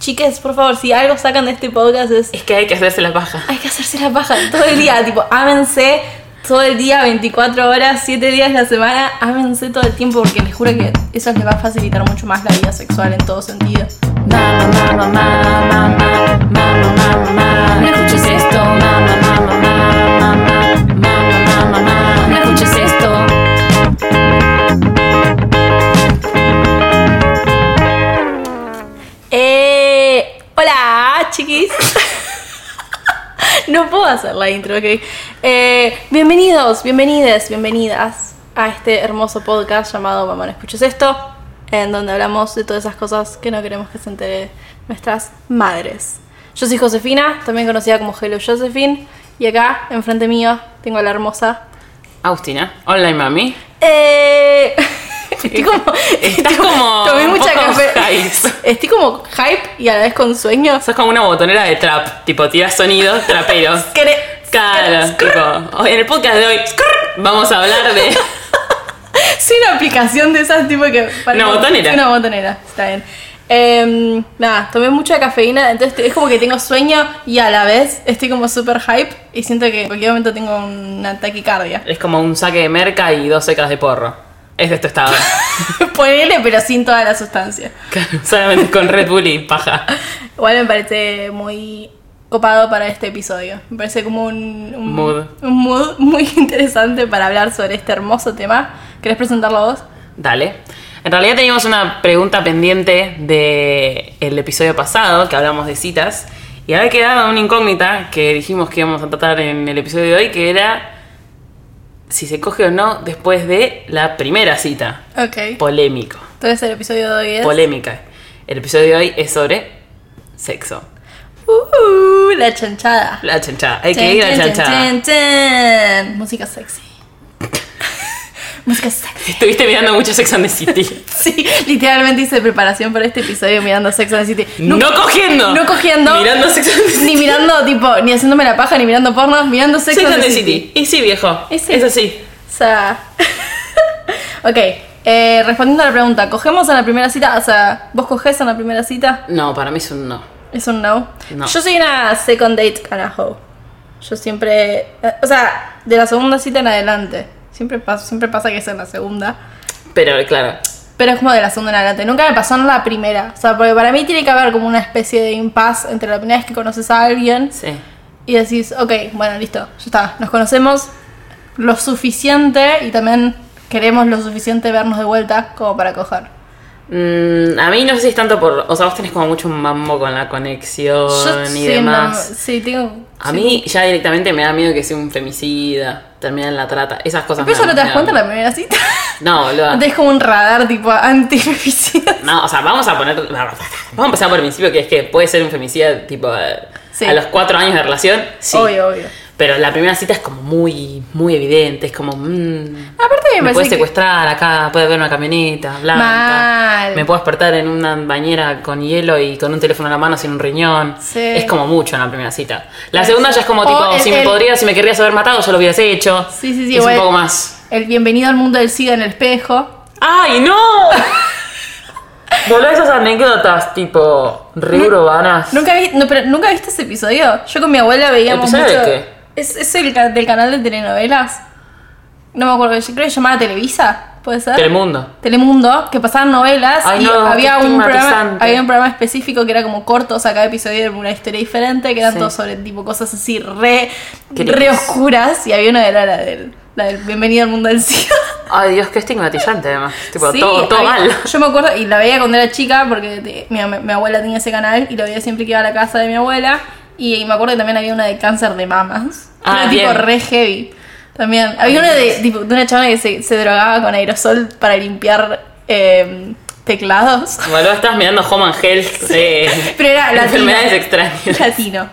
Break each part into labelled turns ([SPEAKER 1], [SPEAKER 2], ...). [SPEAKER 1] Chiques, por favor, si algo sacan de este podcast es
[SPEAKER 2] Es que hay que hacerse la paja.
[SPEAKER 1] hay que hacerse la paja todo el día, tipo, ámense todo el día, 24 horas, 7 días de la semana, ámense todo el tiempo porque les juro que eso les va a facilitar mucho más la vida sexual en todo sentido.
[SPEAKER 3] Mamá, mamá, mamá, mamá, mamá, mamá, no escuches esto. Mamá, mamá, mamá, mamá, mamá, mamá, no escuches esto.
[SPEAKER 1] Eh, hola, chiquis. no puedo hacer la intro, ok. Eh, bienvenidos, bienvenides, bienvenidas a este hermoso podcast llamado Mamá, no escuches esto, en donde hablamos de todas esas cosas que no queremos que se entere nuestras madres. Yo soy Josefina, también conocida como Hello Josephine, y acá, enfrente mío, tengo a la hermosa.
[SPEAKER 2] Agustina, online mami.
[SPEAKER 1] Eh. Estoy como.
[SPEAKER 2] Estás como
[SPEAKER 1] Tomé
[SPEAKER 2] un
[SPEAKER 1] mucha
[SPEAKER 2] poco
[SPEAKER 1] café.
[SPEAKER 2] hype.
[SPEAKER 1] Estoy como hype y a la vez con sueños.
[SPEAKER 2] Sos como una botonera de trap, tipo tiras sonidos traperos. Claro, tipo, hoy- en el podcast de hoy vamos a hablar de...
[SPEAKER 1] Sí, una aplicación de esas tipo que...
[SPEAKER 2] Una botonera.
[SPEAKER 1] Una botonera, está bien. Em, nada, tomé mucha cafeína, entonces te- es como que tengo sueño y a la vez estoy como super hype y siento que en cualquier momento tengo una taquicardia.
[SPEAKER 2] Es como un saque de merca y dos secas de porro. Es de tu estado.
[SPEAKER 1] Ponele, pero sin toda la sustancia.
[SPEAKER 2] Claro, Solamente con Red Bull y paja.
[SPEAKER 1] Igual me parece muy copado para este episodio. Me parece como un, un-
[SPEAKER 2] Mood.
[SPEAKER 1] un mood muy interesante para hablar sobre este hermoso tema. ¿Querés presentarlo vos?
[SPEAKER 2] Dale. En realidad teníamos una pregunta pendiente del el episodio pasado, que hablamos de citas, y había quedado una incógnita que dijimos que íbamos a tratar en el episodio de hoy, que era si se coge o no después de la primera cita.
[SPEAKER 1] Ok.
[SPEAKER 2] Polémico.
[SPEAKER 1] Entonces el episodio de hoy es...
[SPEAKER 2] Polémica. El episodio de hoy es sobre sexo.
[SPEAKER 1] Uh, la chanchada.
[SPEAKER 2] La chanchada. Hay que ir a la chanchada.
[SPEAKER 1] Chan, chan, chan. Música sexy. Música sexy.
[SPEAKER 2] Estuviste mirando mucho Sex and the City.
[SPEAKER 1] Sí, literalmente hice preparación para este episodio mirando Sex and the City.
[SPEAKER 2] No,
[SPEAKER 1] Nunca-
[SPEAKER 2] cogiendo.
[SPEAKER 1] No cogiendo.
[SPEAKER 2] Mirando Sex and the City.
[SPEAKER 1] Ni mirando, tipo, ni haciéndome la paja, ni mirando porno, mirando Sex,
[SPEAKER 2] Sex
[SPEAKER 1] and
[SPEAKER 2] and the City. Y sí, viejo.
[SPEAKER 1] Y sí.
[SPEAKER 2] Es así.
[SPEAKER 1] O sea. ok, eh, respondiendo a la pregunta, ¿cogemos en la primera cita? O sea, ¿vos cogés en la primera cita?
[SPEAKER 2] No, para mí es un no.
[SPEAKER 1] Es un no.
[SPEAKER 2] No.
[SPEAKER 1] Yo soy una second date carajo. Yo siempre. eh, O sea, de la segunda cita en adelante. Siempre, pas- siempre pasa que es en la segunda.
[SPEAKER 2] Pero claro,
[SPEAKER 1] Pero es como de la segunda en adelante. Nunca me pasó en la primera. O sea, porque para mí tiene que haber como una especie de impasse entre la primera vez que conoces a alguien
[SPEAKER 2] sí.
[SPEAKER 1] y decís, ok, bueno, listo, ya está. Nos conocemos lo suficiente y también queremos lo suficiente vernos de vuelta como para coger.
[SPEAKER 2] Mm, a mí no sé si es tanto por. O sea, vos tenés como mucho mambo con la conexión y
[SPEAKER 1] sí,
[SPEAKER 2] demás.
[SPEAKER 1] no- sí, tengo.
[SPEAKER 2] A
[SPEAKER 1] sí.
[SPEAKER 2] mí ya directamente me da miedo que sea un femicida, terminar en la trata, esas cosas.
[SPEAKER 1] Pero eso
[SPEAKER 2] me
[SPEAKER 1] no
[SPEAKER 2] dan
[SPEAKER 1] te das
[SPEAKER 2] miedo.
[SPEAKER 1] cuenta en la primera cita.
[SPEAKER 2] No, boludo.
[SPEAKER 1] Entonces es como un radar tipo anti-femicida.
[SPEAKER 2] No, o sea, vamos a poner. Vamos a empezar por el principio, que es que puede ser un femicida tipo a,
[SPEAKER 1] Sí.
[SPEAKER 2] a los cuatro años de relación. Sí.
[SPEAKER 1] Obvio, obvio.
[SPEAKER 2] Pero la primera cita es como muy, muy evidente, es como. mm,
[SPEAKER 1] Aparte me,
[SPEAKER 2] Me puedes
[SPEAKER 1] parece que-
[SPEAKER 2] secuestrar acá, puede haber una camioneta blanca.
[SPEAKER 1] Mal.
[SPEAKER 2] Me puedo despertar en una bañera con hielo y con un teléfono en la mano sin un riñón.
[SPEAKER 1] Sí.
[SPEAKER 2] Es como mucho en la primera cita. La segunda ya es como
[SPEAKER 1] O
[SPEAKER 2] tipo,
[SPEAKER 1] el-
[SPEAKER 2] si me
[SPEAKER 1] el-
[SPEAKER 2] podrías, si me querrías haber matado, yo lo hubieras hecho.
[SPEAKER 1] Sí, sí, sí,
[SPEAKER 2] Es
[SPEAKER 1] igual-
[SPEAKER 2] un poco más.
[SPEAKER 1] El bienvenido al mundo del SIDA en el espejo.
[SPEAKER 2] ¡Ay, no! Voló esas anécdotas tipo re urbanas.
[SPEAKER 1] ¿Nunca, vi- no, pero, ¿Nunca viste ese episodio? Yo con mi abuela veíamos
[SPEAKER 2] ¿Episodio de
[SPEAKER 1] mucho...
[SPEAKER 2] qué?
[SPEAKER 1] Es, es el ca- del canal de telenovelas. No me acuerdo, yo creo que se llamaba Televisa, ¿puede ser?
[SPEAKER 2] Telemundo.
[SPEAKER 1] Telemundo, que pasaban novelas
[SPEAKER 2] Ay,
[SPEAKER 1] y
[SPEAKER 2] no,
[SPEAKER 1] había,
[SPEAKER 2] qué
[SPEAKER 1] un programa,
[SPEAKER 2] estigmatizante.
[SPEAKER 1] había un programa específico que era como cortos a cada episodio de una historia diferente, que eran
[SPEAKER 2] Sí.
[SPEAKER 1] todos sobre tipo cosas así re,
[SPEAKER 2] Qué
[SPEAKER 1] re
[SPEAKER 2] lindos.
[SPEAKER 1] oscuras y había una de la, la del, la del Bienvenido al Mundo del SIDA.
[SPEAKER 2] Ay, Dios, qué estigmatizante además. Tipo,
[SPEAKER 1] Sí,
[SPEAKER 2] todo, todo
[SPEAKER 1] había-
[SPEAKER 2] mal.
[SPEAKER 1] Yo me acuerdo, y la veía cuando era chica, porque te- mi, am- mi abuela tenía ese canal y lo veía siempre que iba a la casa de mi abuela. Y, me acuerdo que también había una de cáncer de mamas.
[SPEAKER 2] Ah,
[SPEAKER 1] era tipo
[SPEAKER 2] bien. Ah,
[SPEAKER 1] re heavy. También. Había una de, tipo, de una chavana que se, se drogaba con aerosol para limpiar eh, teclados.
[SPEAKER 2] Voló, estás mirando Home and Health. eh,
[SPEAKER 1] Pero era latino.
[SPEAKER 2] Enfermedades extrañas.
[SPEAKER 1] Latino.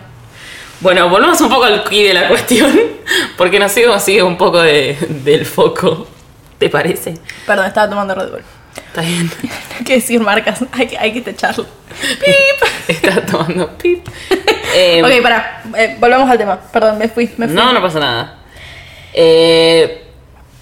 [SPEAKER 2] Bueno, volvamos un poco al quid de la cuestión, porque nos sigo sigue un poco de- del foco. ¿Te parece?
[SPEAKER 1] Perdón, estaba tomando Red Bull.
[SPEAKER 2] Está bien.
[SPEAKER 1] Hay que decir marcas, hay que, hay que techarlo.
[SPEAKER 2] Está tomando pip. Eh,
[SPEAKER 1] ok, pará, eh, volvamos al tema. Perdón, me fui, me fui.
[SPEAKER 2] no, no pasa nada. Eh,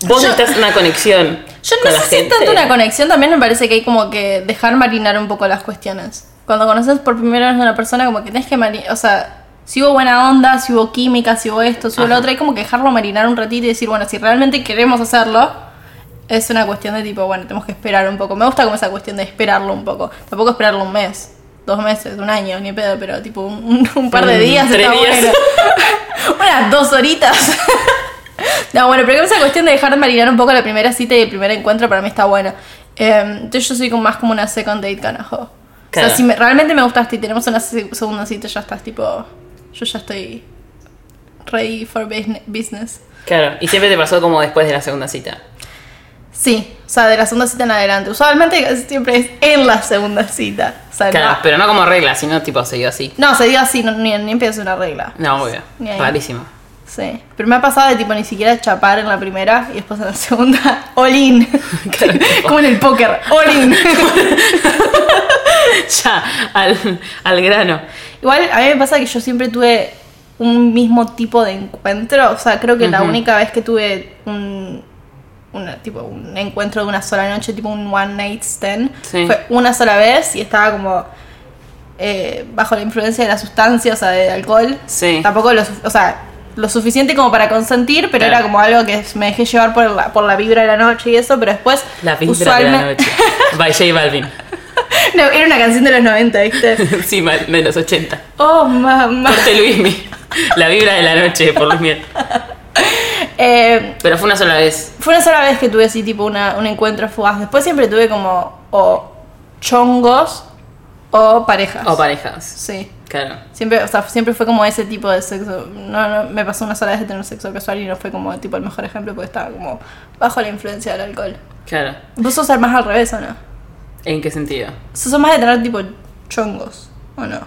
[SPEAKER 2] vos
[SPEAKER 1] Yo-
[SPEAKER 2] necesitas una conexión.
[SPEAKER 1] Yo
[SPEAKER 2] con
[SPEAKER 1] no
[SPEAKER 2] la
[SPEAKER 1] sé si es
[SPEAKER 2] gente.
[SPEAKER 1] tanto una conexión, también me parece que hay como que dejar marinar un poco las cuestiones. cuando conoces por primera vez a una persona, como que tenés que. mari- O sea, si hubo buena onda, si hubo química, si hubo esto, si hubo lo
[SPEAKER 2] Ajá.
[SPEAKER 1] otro, hay como que dejarlo marinar un ratito y decir, bueno, si realmente queremos hacerlo, es una cuestión de tipo, bueno, tenemos que esperar un poco. Me gusta como esa cuestión de esperarlo un poco. Tampoco esperarlo un mes, dos meses, un año, ni pedo, pero tipo un, un- un par de
[SPEAKER 2] Mm,
[SPEAKER 1] días
[SPEAKER 2] tres
[SPEAKER 1] está
[SPEAKER 2] días.
[SPEAKER 1] bueno. Unas dos horitas. No, bueno, pero creo que esa cuestión de dejar de marinar un poco la primera cita y el primer encuentro para mí está bueno. Eh, entonces yo soy como más como una second date canajo. O
[SPEAKER 2] Claro.
[SPEAKER 1] sea, si me- realmente me gustaste y tenemos una se- segunda cita, ya estás tipo. Yo ya estoy ready for busine- business.
[SPEAKER 2] Claro, y siempre te pasó como después de la segunda cita.
[SPEAKER 1] Sí, o sea, de la segunda cita en adelante. Usualmente siempre es en la segunda cita. O sea,
[SPEAKER 2] Claro,
[SPEAKER 1] Ah, no,
[SPEAKER 2] pero no como regla, sino tipo se dio así.
[SPEAKER 1] no, se dio así, no, ni, ni empieza una regla.
[SPEAKER 2] No, obvio.
[SPEAKER 1] Ni ahí.
[SPEAKER 2] Rarísimo.
[SPEAKER 1] Sí. Pero me ha pasado de tipo ni siquiera chapar en la primera y después en la segunda, all in.
[SPEAKER 2] Claro, tipo.
[SPEAKER 1] Como en el póker, all in.
[SPEAKER 2] ya, al, al grano.
[SPEAKER 1] Igual a mí me pasa que yo siempre tuve un mismo tipo de encuentro. O sea, creo que la
[SPEAKER 2] Ujú.
[SPEAKER 1] única vez que tuve un, una- tipo, un encuentro de una sola noche, tipo un one night stand,
[SPEAKER 2] Sí.
[SPEAKER 1] fue una sola vez y estaba como eh, bajo la influencia de la sustancia, o sea, del alcohol.
[SPEAKER 2] Sí.
[SPEAKER 1] Tampoco lo, su- o sea, lo suficiente como para consentir, pero
[SPEAKER 2] Claro.
[SPEAKER 1] era como algo que me dejé llevar por la, por la vibra de la noche y eso, pero después
[SPEAKER 2] La vibra de la
[SPEAKER 1] usualmente-
[SPEAKER 2] noche. By J Balvin.
[SPEAKER 1] No, era una canción de los 90, ¿viste?
[SPEAKER 2] sí, mal- de los 80.
[SPEAKER 1] Oh, mamá.
[SPEAKER 2] Corte Luismi. La vibra de la noche por Luis Miguel.
[SPEAKER 1] Eh,
[SPEAKER 2] Pero fue una sola vez.
[SPEAKER 1] Fue una sola vez que tuve así tipo una- un encuentro fugaz. Después siempre tuve como o chongos o parejas.
[SPEAKER 2] O parejas.
[SPEAKER 1] Sí.
[SPEAKER 2] Claro.
[SPEAKER 1] Siempre, o sea, siempre fue como ese tipo de sexo. No, no, me pasó una sola vez de tener sexo casual y no fue como tipo el mejor ejemplo porque estaba como bajo la influencia del alcohol.
[SPEAKER 2] Claro.
[SPEAKER 1] ¿Vos sos más al revés o no?
[SPEAKER 2] ¿En qué sentido?
[SPEAKER 1] Sos más de tener tipo chongos o no.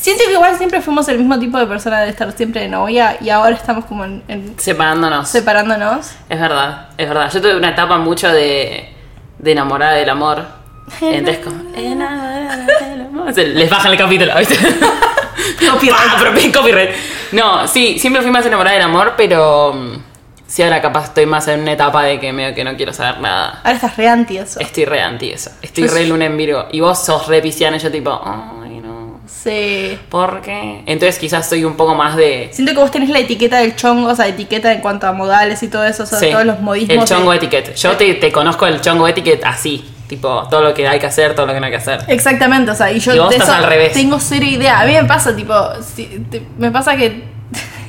[SPEAKER 1] Siento que igual siempre fuimos el mismo tipo de persona de estar siempre de novia y ahora estamos como en- en-
[SPEAKER 2] Separándonos.
[SPEAKER 1] separándonos.
[SPEAKER 2] es verdad, es verdad. Yo tuve una etapa mucho de, de enamorada del amor. Entonces, como, Se- Les bajan el capítulo, ¿viste? Pa, pero- copyright. No, sí, siempre fui más enamorada del amor, pero mm, sí ahora capaz estoy más en una etapa de que medio que no quiero saber nada.
[SPEAKER 1] Ahora estás re anti eso.
[SPEAKER 2] Estoy re anti eso. Estoy re luna en Virgo. Y vos sos re pisciana y yo tipo, ay no.
[SPEAKER 1] Sí.
[SPEAKER 2] ¿Por qué? Entonces quizás soy un poco más de.
[SPEAKER 1] Siento que vos tenés la etiqueta del chongo, o sea, etiqueta en cuanto a modales y todo eso, o sea,
[SPEAKER 2] Sí,
[SPEAKER 1] todos los modismos.
[SPEAKER 2] El chongo
[SPEAKER 1] de-
[SPEAKER 2] etiquette. Yo te, te conozco el chongo etiquette así. Tipo, todo lo que hay que hacer, todo lo que no hay que hacer.
[SPEAKER 1] Exactamente, o sea, y yo
[SPEAKER 2] Y vos
[SPEAKER 1] de
[SPEAKER 2] estás
[SPEAKER 1] eso
[SPEAKER 2] al revés.
[SPEAKER 1] tengo cero idea. A mí me pasa, tipo, si- te- me pasa que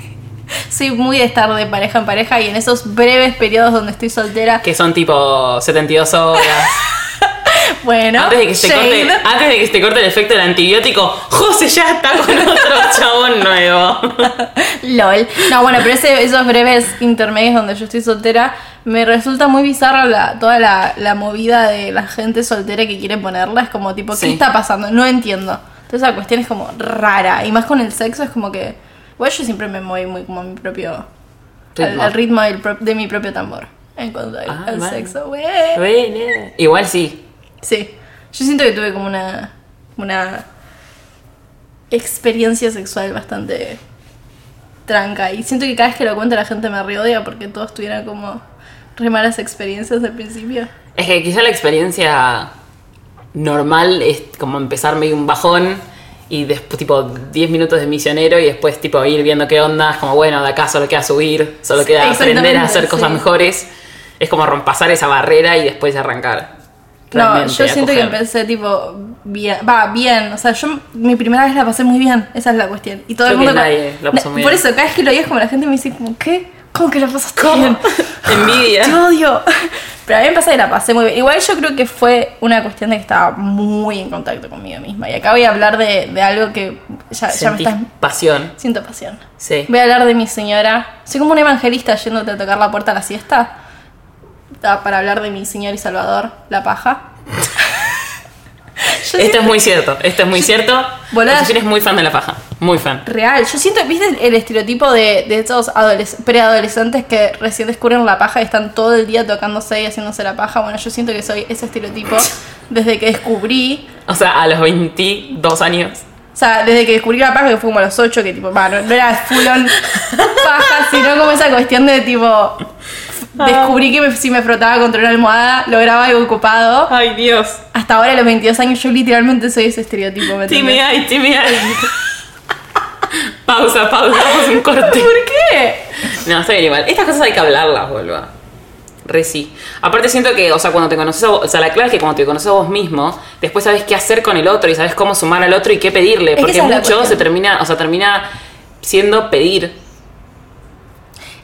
[SPEAKER 1] soy muy de estar de pareja en pareja y en esos breves periodos donde estoy soltera,
[SPEAKER 2] Que son tipo 72 horas.
[SPEAKER 1] bueno,
[SPEAKER 2] Antes, de que se
[SPEAKER 1] shade.
[SPEAKER 2] corte, antes de que se te corte el efecto del antibiótico, José ya está con otro chabón nuevo.
[SPEAKER 1] LOL. No, bueno, pero ese- esos breves intermedios donde yo estoy soltera, me resulta muy bizarra la- toda la, la movida de la gente soltera que quiere ponerla. Es como tipo, ¿qué
[SPEAKER 2] Sí.
[SPEAKER 1] está pasando? No entiendo. Entonces la cuestión es como rara. Y más con el sexo es como que. Bueno, yo siempre me moví muy como a mi propio. Al,
[SPEAKER 2] Ritmo.
[SPEAKER 1] al ritmo del pro- de mi propio tambor. En cuanto al,
[SPEAKER 2] Ah,
[SPEAKER 1] al
[SPEAKER 2] vale.
[SPEAKER 1] sexo, güey.
[SPEAKER 2] Bueno. Igual sí.
[SPEAKER 1] Sí. Yo siento que tuve como una. una experiencia sexual bastante tranca. Y siento que cada vez que lo cuento la gente me reodia porque todos tuvieron como re malas experiencias al principio.
[SPEAKER 2] Es que quizá la experiencia normal es como empezar medio un bajón y después tipo 10 minutos de misionero y después tipo ir viendo qué onda, es como bueno, de acá solo queda subir, solo
[SPEAKER 1] Sí,
[SPEAKER 2] queda aprender a
[SPEAKER 1] exactamente,
[SPEAKER 2] hacer cosas
[SPEAKER 1] sí.
[SPEAKER 2] mejores. Es como rom- pasar esa barrera y después arrancar.
[SPEAKER 1] No,
[SPEAKER 2] realmente
[SPEAKER 1] yo
[SPEAKER 2] a
[SPEAKER 1] siento que
[SPEAKER 2] coger.
[SPEAKER 1] empecé tipo bien, va bien, o sea, yo mi primera vez la pasé muy bien, esa es la cuestión. Y todo
[SPEAKER 2] Creo
[SPEAKER 1] el mundo
[SPEAKER 2] que nadie la pasó
[SPEAKER 1] Na-
[SPEAKER 2] muy
[SPEAKER 1] Por
[SPEAKER 2] bien.
[SPEAKER 1] eso cada vez que lo digo es como la gente me dice como, ¿qué? ¿Cómo que la pasaste bien?
[SPEAKER 2] Envidia.
[SPEAKER 1] Te odio. Pero a mí me pasa que la pasé muy bien. Igual yo creo que fue una cuestión de que estaba muy en contacto conmigo misma. Y acá voy a hablar de, de algo que ya, ya me
[SPEAKER 2] Sentís
[SPEAKER 1] está...
[SPEAKER 2] pasión.
[SPEAKER 1] Siento pasión.
[SPEAKER 2] Sí.
[SPEAKER 1] Voy a hablar de mi señora. Soy como un evangelista yéndote a tocar la puerta a la siesta. Ah, Para hablar de mi señor y salvador, la paja. Yo
[SPEAKER 2] Esto es muy cierto, esto es muy cierto.
[SPEAKER 1] Volá.
[SPEAKER 2] Josefina es muy fan de la paja, muy fan.
[SPEAKER 1] Real, yo siento, ¿viste el estereotipo de, de estos adoles- preadolescentes que recién descubren la paja y están todo el día tocándose y haciéndose la paja? Bueno, yo siento que soy ese estereotipo desde que descubrí,
[SPEAKER 2] O sea, a los 22 años.
[SPEAKER 1] o sea, desde que descubrí la paja, que fue como a los 8, que tipo, bueno, no era full on paja, sino como esa cuestión de tipo, f- Descubrí que me- si me frotaba contra una almohada, lograba algo ocupado.
[SPEAKER 2] Ay, Dios.
[SPEAKER 1] Hasta ahora, a los 22 años, yo literalmente soy ese estereotipo. ¿me entendés?
[SPEAKER 2] Timmy, Timmy. pausa, pausa, hacemos un corte.
[SPEAKER 1] ¿Por qué?
[SPEAKER 2] No, está bien igual. Estas cosas hay que hablarlas, boludo. Re sí. Aparte siento que, o sea, cuando te conoces a vos, o sea, la clave es que cuando te conoces a vos mismo, después sabes qué hacer con el otro y sabes cómo sumar al otro y qué pedirle.
[SPEAKER 1] que
[SPEAKER 2] porque
[SPEAKER 1] esa es la
[SPEAKER 2] mucho se
[SPEAKER 1] cuestión.
[SPEAKER 2] termina, o sea, termina siendo pedir.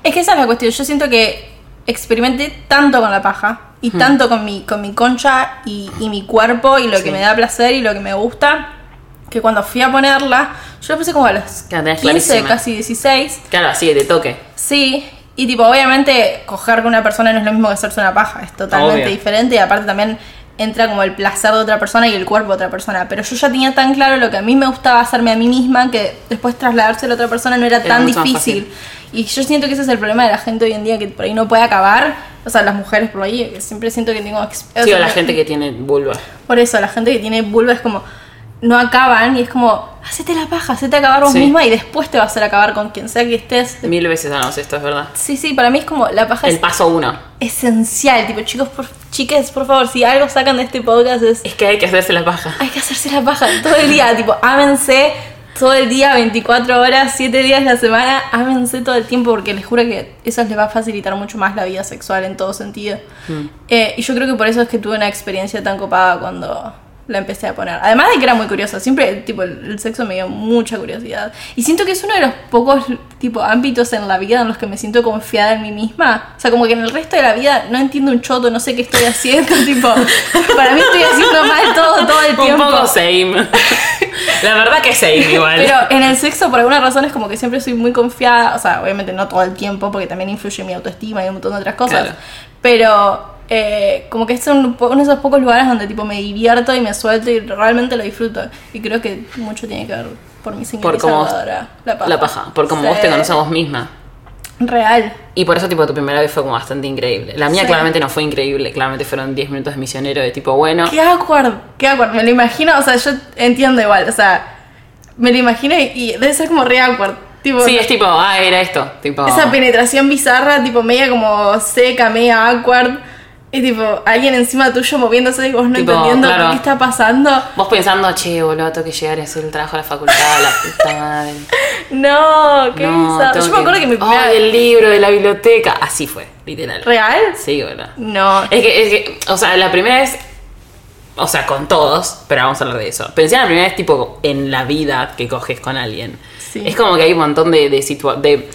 [SPEAKER 1] Es que esa es la cuestión. Yo siento que experimenté tanto con la paja y tanto con mi, con mi concha y, y mi cuerpo y lo
[SPEAKER 2] Sí.
[SPEAKER 1] que me da placer y lo que me gusta, que cuando fui a ponerla, yo la puse como a los
[SPEAKER 2] La
[SPEAKER 1] 15,
[SPEAKER 2] tenés clarísima.
[SPEAKER 1] casi 16.
[SPEAKER 2] Claro, así, de toque.
[SPEAKER 1] Sí, y tipo, obviamente coger con una persona no es lo mismo que hacerse una paja, es totalmente
[SPEAKER 2] Obvio.
[SPEAKER 1] diferente y aparte también entra como el placer de otra persona y el cuerpo de otra persona, pero yo ya tenía tan claro lo que a mí me gustaba hacerme a mí misma que después trasladarse a la otra persona no era,
[SPEAKER 2] Era
[SPEAKER 1] tan
[SPEAKER 2] mucho más
[SPEAKER 1] difícil. Y yo siento que ese es el problema de la gente hoy en día que por ahí no puede acabar, o sea, las mujeres por ahí, que siempre siento que tengo... ex- o
[SPEAKER 2] Sí,
[SPEAKER 1] sea,
[SPEAKER 2] o la
[SPEAKER 1] me-
[SPEAKER 2] gente que tiene vulva.
[SPEAKER 1] por eso, la gente que tiene vulva es como. No acaban y es como. Hacete la paja, hacete acabar vos
[SPEAKER 2] Sí.
[SPEAKER 1] misma y después te va a hacer acabar con quien sea que estés.
[SPEAKER 2] Mil veces hablamos esto, es verdad.
[SPEAKER 1] Sí, sí, para mí es como. La paja
[SPEAKER 2] El
[SPEAKER 1] es
[SPEAKER 2] paso uno.
[SPEAKER 1] esencial. Tipo, chicos, por, chiques, por favor, si algo sacan de este podcast es.
[SPEAKER 2] Es que hay que hacerse la paja.
[SPEAKER 1] Hay que hacerse la paja todo el día. tipo, ámense todo el día, 24 horas, 7 días a la semana. Ámense todo el tiempo porque les juro que eso les va a facilitar mucho más la vida sexual en todo sentido. Eh, y yo creo que por eso es que tuve una experiencia tan copada cuando la empecé a poner. Además de que era muy curiosa, siempre tipo el, el sexo me dio mucha curiosidad. Y siento que es uno de los pocos tipo ámbitos en la vida en los que me siento confiada en mí misma. O sea, como que en el resto de la vida no entiendo un choto, no sé qué estoy haciendo, tipo, para mí estoy haciendo mal todo todo el
[SPEAKER 2] Un
[SPEAKER 1] tiempo.
[SPEAKER 2] poco same. la verdad que same igual.
[SPEAKER 1] Pero en el sexo, por alguna razón, es como que siempre soy muy confiada. O sea, obviamente no todo el tiempo, porque también influye mi autoestima y un montón de otras cosas.
[SPEAKER 2] Claro.
[SPEAKER 1] Pero eh, como que es un po- uno de esos pocos lugares donde tipo me divierto y me suelto y realmente lo disfruto. Y creo que mucho tiene que ver por mi señora
[SPEAKER 2] por cómo vos-
[SPEAKER 1] Salvadora, la paja.
[SPEAKER 2] La paja. Por como
[SPEAKER 1] Sí.
[SPEAKER 2] vos te conoces a vos misma.
[SPEAKER 1] Real.
[SPEAKER 2] Y por eso, tipo, tu primera vez fue como bastante increíble. La mía
[SPEAKER 1] Sí.
[SPEAKER 2] claramente no fue increíble, claramente fueron 10 minutos de misionero de tipo, bueno,
[SPEAKER 1] Qué acuerdo, qué acuerdo. Me lo imagino, o sea, yo entiendo igual. O sea, me lo imagino y, y debe ser como re awkward. Tipo,
[SPEAKER 2] sí, es tipo, ah, era esto, tipo,
[SPEAKER 1] Esa penetración bizarra, tipo media como seca, media awkward. Y tipo, alguien encima tuyo moviéndose y vos no
[SPEAKER 2] Tipo,
[SPEAKER 1] entendiendo
[SPEAKER 2] claro.
[SPEAKER 1] qué está pasando.
[SPEAKER 2] vos pensando, che, boludo, tengo que llegar y hacer el trabajo a la facultad, la puta madre.
[SPEAKER 1] No, qué
[SPEAKER 2] No,
[SPEAKER 1] bizarro.
[SPEAKER 2] tengo
[SPEAKER 1] Yo me acuerdo que mi primera
[SPEAKER 2] Ay, el libro de la biblioteca, así fue, literal.
[SPEAKER 1] ¿Real?
[SPEAKER 2] Sí, boludo.
[SPEAKER 1] No.
[SPEAKER 2] Es que, es que, o sea, la primera vez, o sea, con todos, pero vamos a hablar de eso. Pero encima la primera vez, tipo, en la vida que coges con alguien.
[SPEAKER 1] Sí.
[SPEAKER 2] Es como que hay un montón de, de situa- de,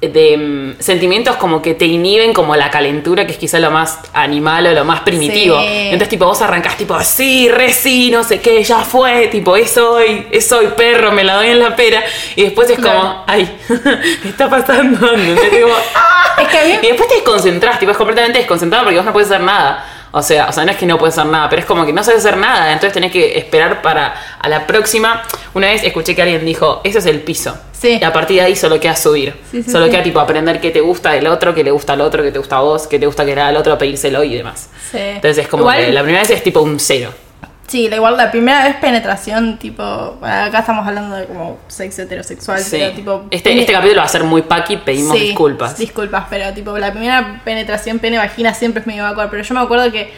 [SPEAKER 2] de, mm, sentimientos como que te inhiben como la calentura, que es quizá lo más animal o lo más primitivo.
[SPEAKER 1] Sí.
[SPEAKER 2] Entonces, tipo, vos arrancás tipo, sí, re sí, no sé qué, ya fue, tipo, es hoy, es hoy, perro, me la doy en la pera. Y después es
[SPEAKER 1] Claro.
[SPEAKER 2] como, ay, está pasando, ¿entendés? Tipo,
[SPEAKER 1] Es que a mí-
[SPEAKER 2] y después te desconcentrás, tipo, es completamente desconcentrado porque vos no puedes hacer nada. O sea, o sea, no es que no puedes hacer nada, pero es como que no sabes hacer nada, entonces tenés que esperar para a la próxima. Una vez escuché que alguien dijo, eso es el piso.
[SPEAKER 1] Sí.
[SPEAKER 2] Y a partir de ahí solo queda subir.
[SPEAKER 1] Sí, sí,
[SPEAKER 2] solo
[SPEAKER 1] sí.
[SPEAKER 2] queda tipo aprender qué te gusta del otro, qué le gusta al otro, qué te gusta a vos, qué te gusta que era al otro, pedírselo y demás.
[SPEAKER 1] Sí.
[SPEAKER 2] Entonces es como
[SPEAKER 1] Igual-
[SPEAKER 2] que la primera vez es tipo un cero.
[SPEAKER 1] Sí, la- igual la primera vez penetración, tipo. Acá estamos hablando de como sexo heterosexual,
[SPEAKER 2] Sí.
[SPEAKER 1] pero tipo.
[SPEAKER 2] este, este capítulo va a ser muy paqui, pedimos
[SPEAKER 1] Sí,
[SPEAKER 2] disculpas.
[SPEAKER 1] Disculpas, pero tipo, la primera penetración pene-vagina siempre es medio awkward, pero yo me acuerdo que.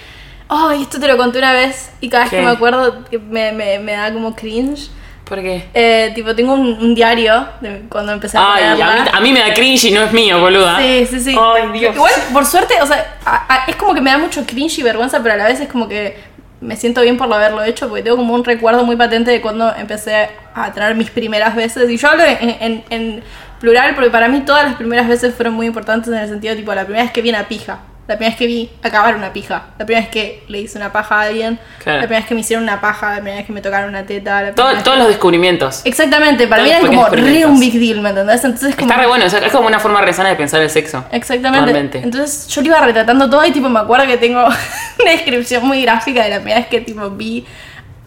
[SPEAKER 1] Ay, esto te lo conté una vez y cada vez
[SPEAKER 2] ¿Qué?
[SPEAKER 1] que me acuerdo que me, me- me da como cringe.
[SPEAKER 2] ¿Por qué?
[SPEAKER 1] Eh, tipo, tengo un, un diario de cuando empecé a
[SPEAKER 2] Ay, a mí,
[SPEAKER 1] ponerla.
[SPEAKER 2] a mí me da cringe y no es mío, boluda.
[SPEAKER 1] Sí, sí, sí.
[SPEAKER 2] Ah. Ay, Dios.
[SPEAKER 1] Igual, por suerte, o sea, a- a- es como que me da mucho cringe y vergüenza, pero a la vez es como que me siento bien por lo haberlo hecho, porque tengo como un recuerdo muy patente de cuando empecé a tener mis primeras veces. Y yo hablo en, en- en plural, porque para mí todas las primeras veces fueron muy importantes en el sentido, tipo, la primera vez que vi una pija. La primera vez que vi acabar una pija, la primera vez que le hice una paja a alguien,
[SPEAKER 2] Claro.
[SPEAKER 1] la primera vez que me hicieron una paja, la primera vez que me tocaron una teta, la primera
[SPEAKER 2] Todo-
[SPEAKER 1] vez
[SPEAKER 2] todos los descubrimientos.
[SPEAKER 1] Exactamente, para mí
[SPEAKER 2] Todos
[SPEAKER 1] era
[SPEAKER 2] los
[SPEAKER 1] como
[SPEAKER 2] pequeños
[SPEAKER 1] re un
[SPEAKER 2] experimentos.
[SPEAKER 1] big deal, ¿me entendés? Entonces como
[SPEAKER 2] Está re bueno, o sea, es como una forma re sana de pensar el sexo.
[SPEAKER 1] Exactamente.
[SPEAKER 2] Realmente.
[SPEAKER 1] Entonces yo lo iba retratando todo y tipo me acuerdo que tengo una descripción muy gráfica de la primera vez que tipo vi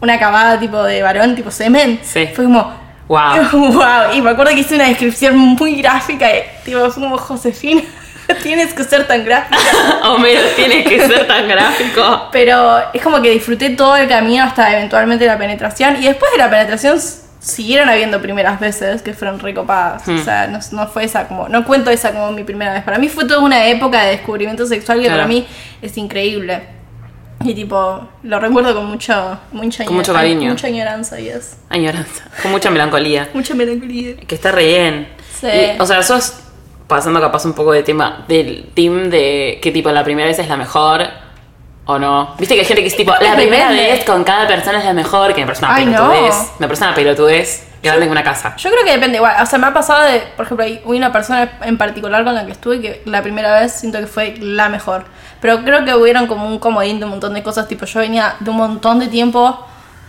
[SPEAKER 1] una camada tipo de varón, tipo semen.
[SPEAKER 2] Sí. Ah.
[SPEAKER 1] Fue como
[SPEAKER 2] Wow.
[SPEAKER 1] wow. Y me acuerdo que hice una descripción muy gráfica y tipo fue como Josefina, tienes que ser tan gráfica.
[SPEAKER 2] Homero, tienes que ser tan gráfico.
[SPEAKER 1] Pero es como que disfruté todo el camino hasta eventualmente la penetración. Y después de la penetración s- siguieron habiendo primeras veces que fueron recopadas.
[SPEAKER 2] Hmm.
[SPEAKER 1] O sea, no, no fue esa como. No cuento esa como mi primera vez. Para mí fue toda una época de descubrimiento sexual que
[SPEAKER 2] Claro.
[SPEAKER 1] para mí es increíble. Y tipo, lo recuerdo con mucho, mucha
[SPEAKER 2] Con mucho
[SPEAKER 1] añor-
[SPEAKER 2] cariño.
[SPEAKER 1] Mucha añoranza y es.
[SPEAKER 2] Añoranza. Con mucha melancolía.
[SPEAKER 1] Mucha melancolía.
[SPEAKER 2] Que está re bien.
[SPEAKER 1] Sí.
[SPEAKER 2] Y, o sea, sos pasando capaz un poco de tema del team de que tipo la primera vez es la mejor o no. Viste que hay gente que es tipo, la
[SPEAKER 1] Depende.
[SPEAKER 2] primera vez con cada persona es la mejor, que me parece una
[SPEAKER 1] Ay, no.
[SPEAKER 2] pelotudez. Me parece una pelotudez que ahora tengo una casa.
[SPEAKER 1] Yo creo que depende igual. O sea, me ha pasado de, por ejemplo, hay una persona en particular con la que estuve que la primera vez siento que fue la mejor. Pero creo que hubieron como un comodín de un montón de cosas. Tipo, yo venía de un montón de tiempo,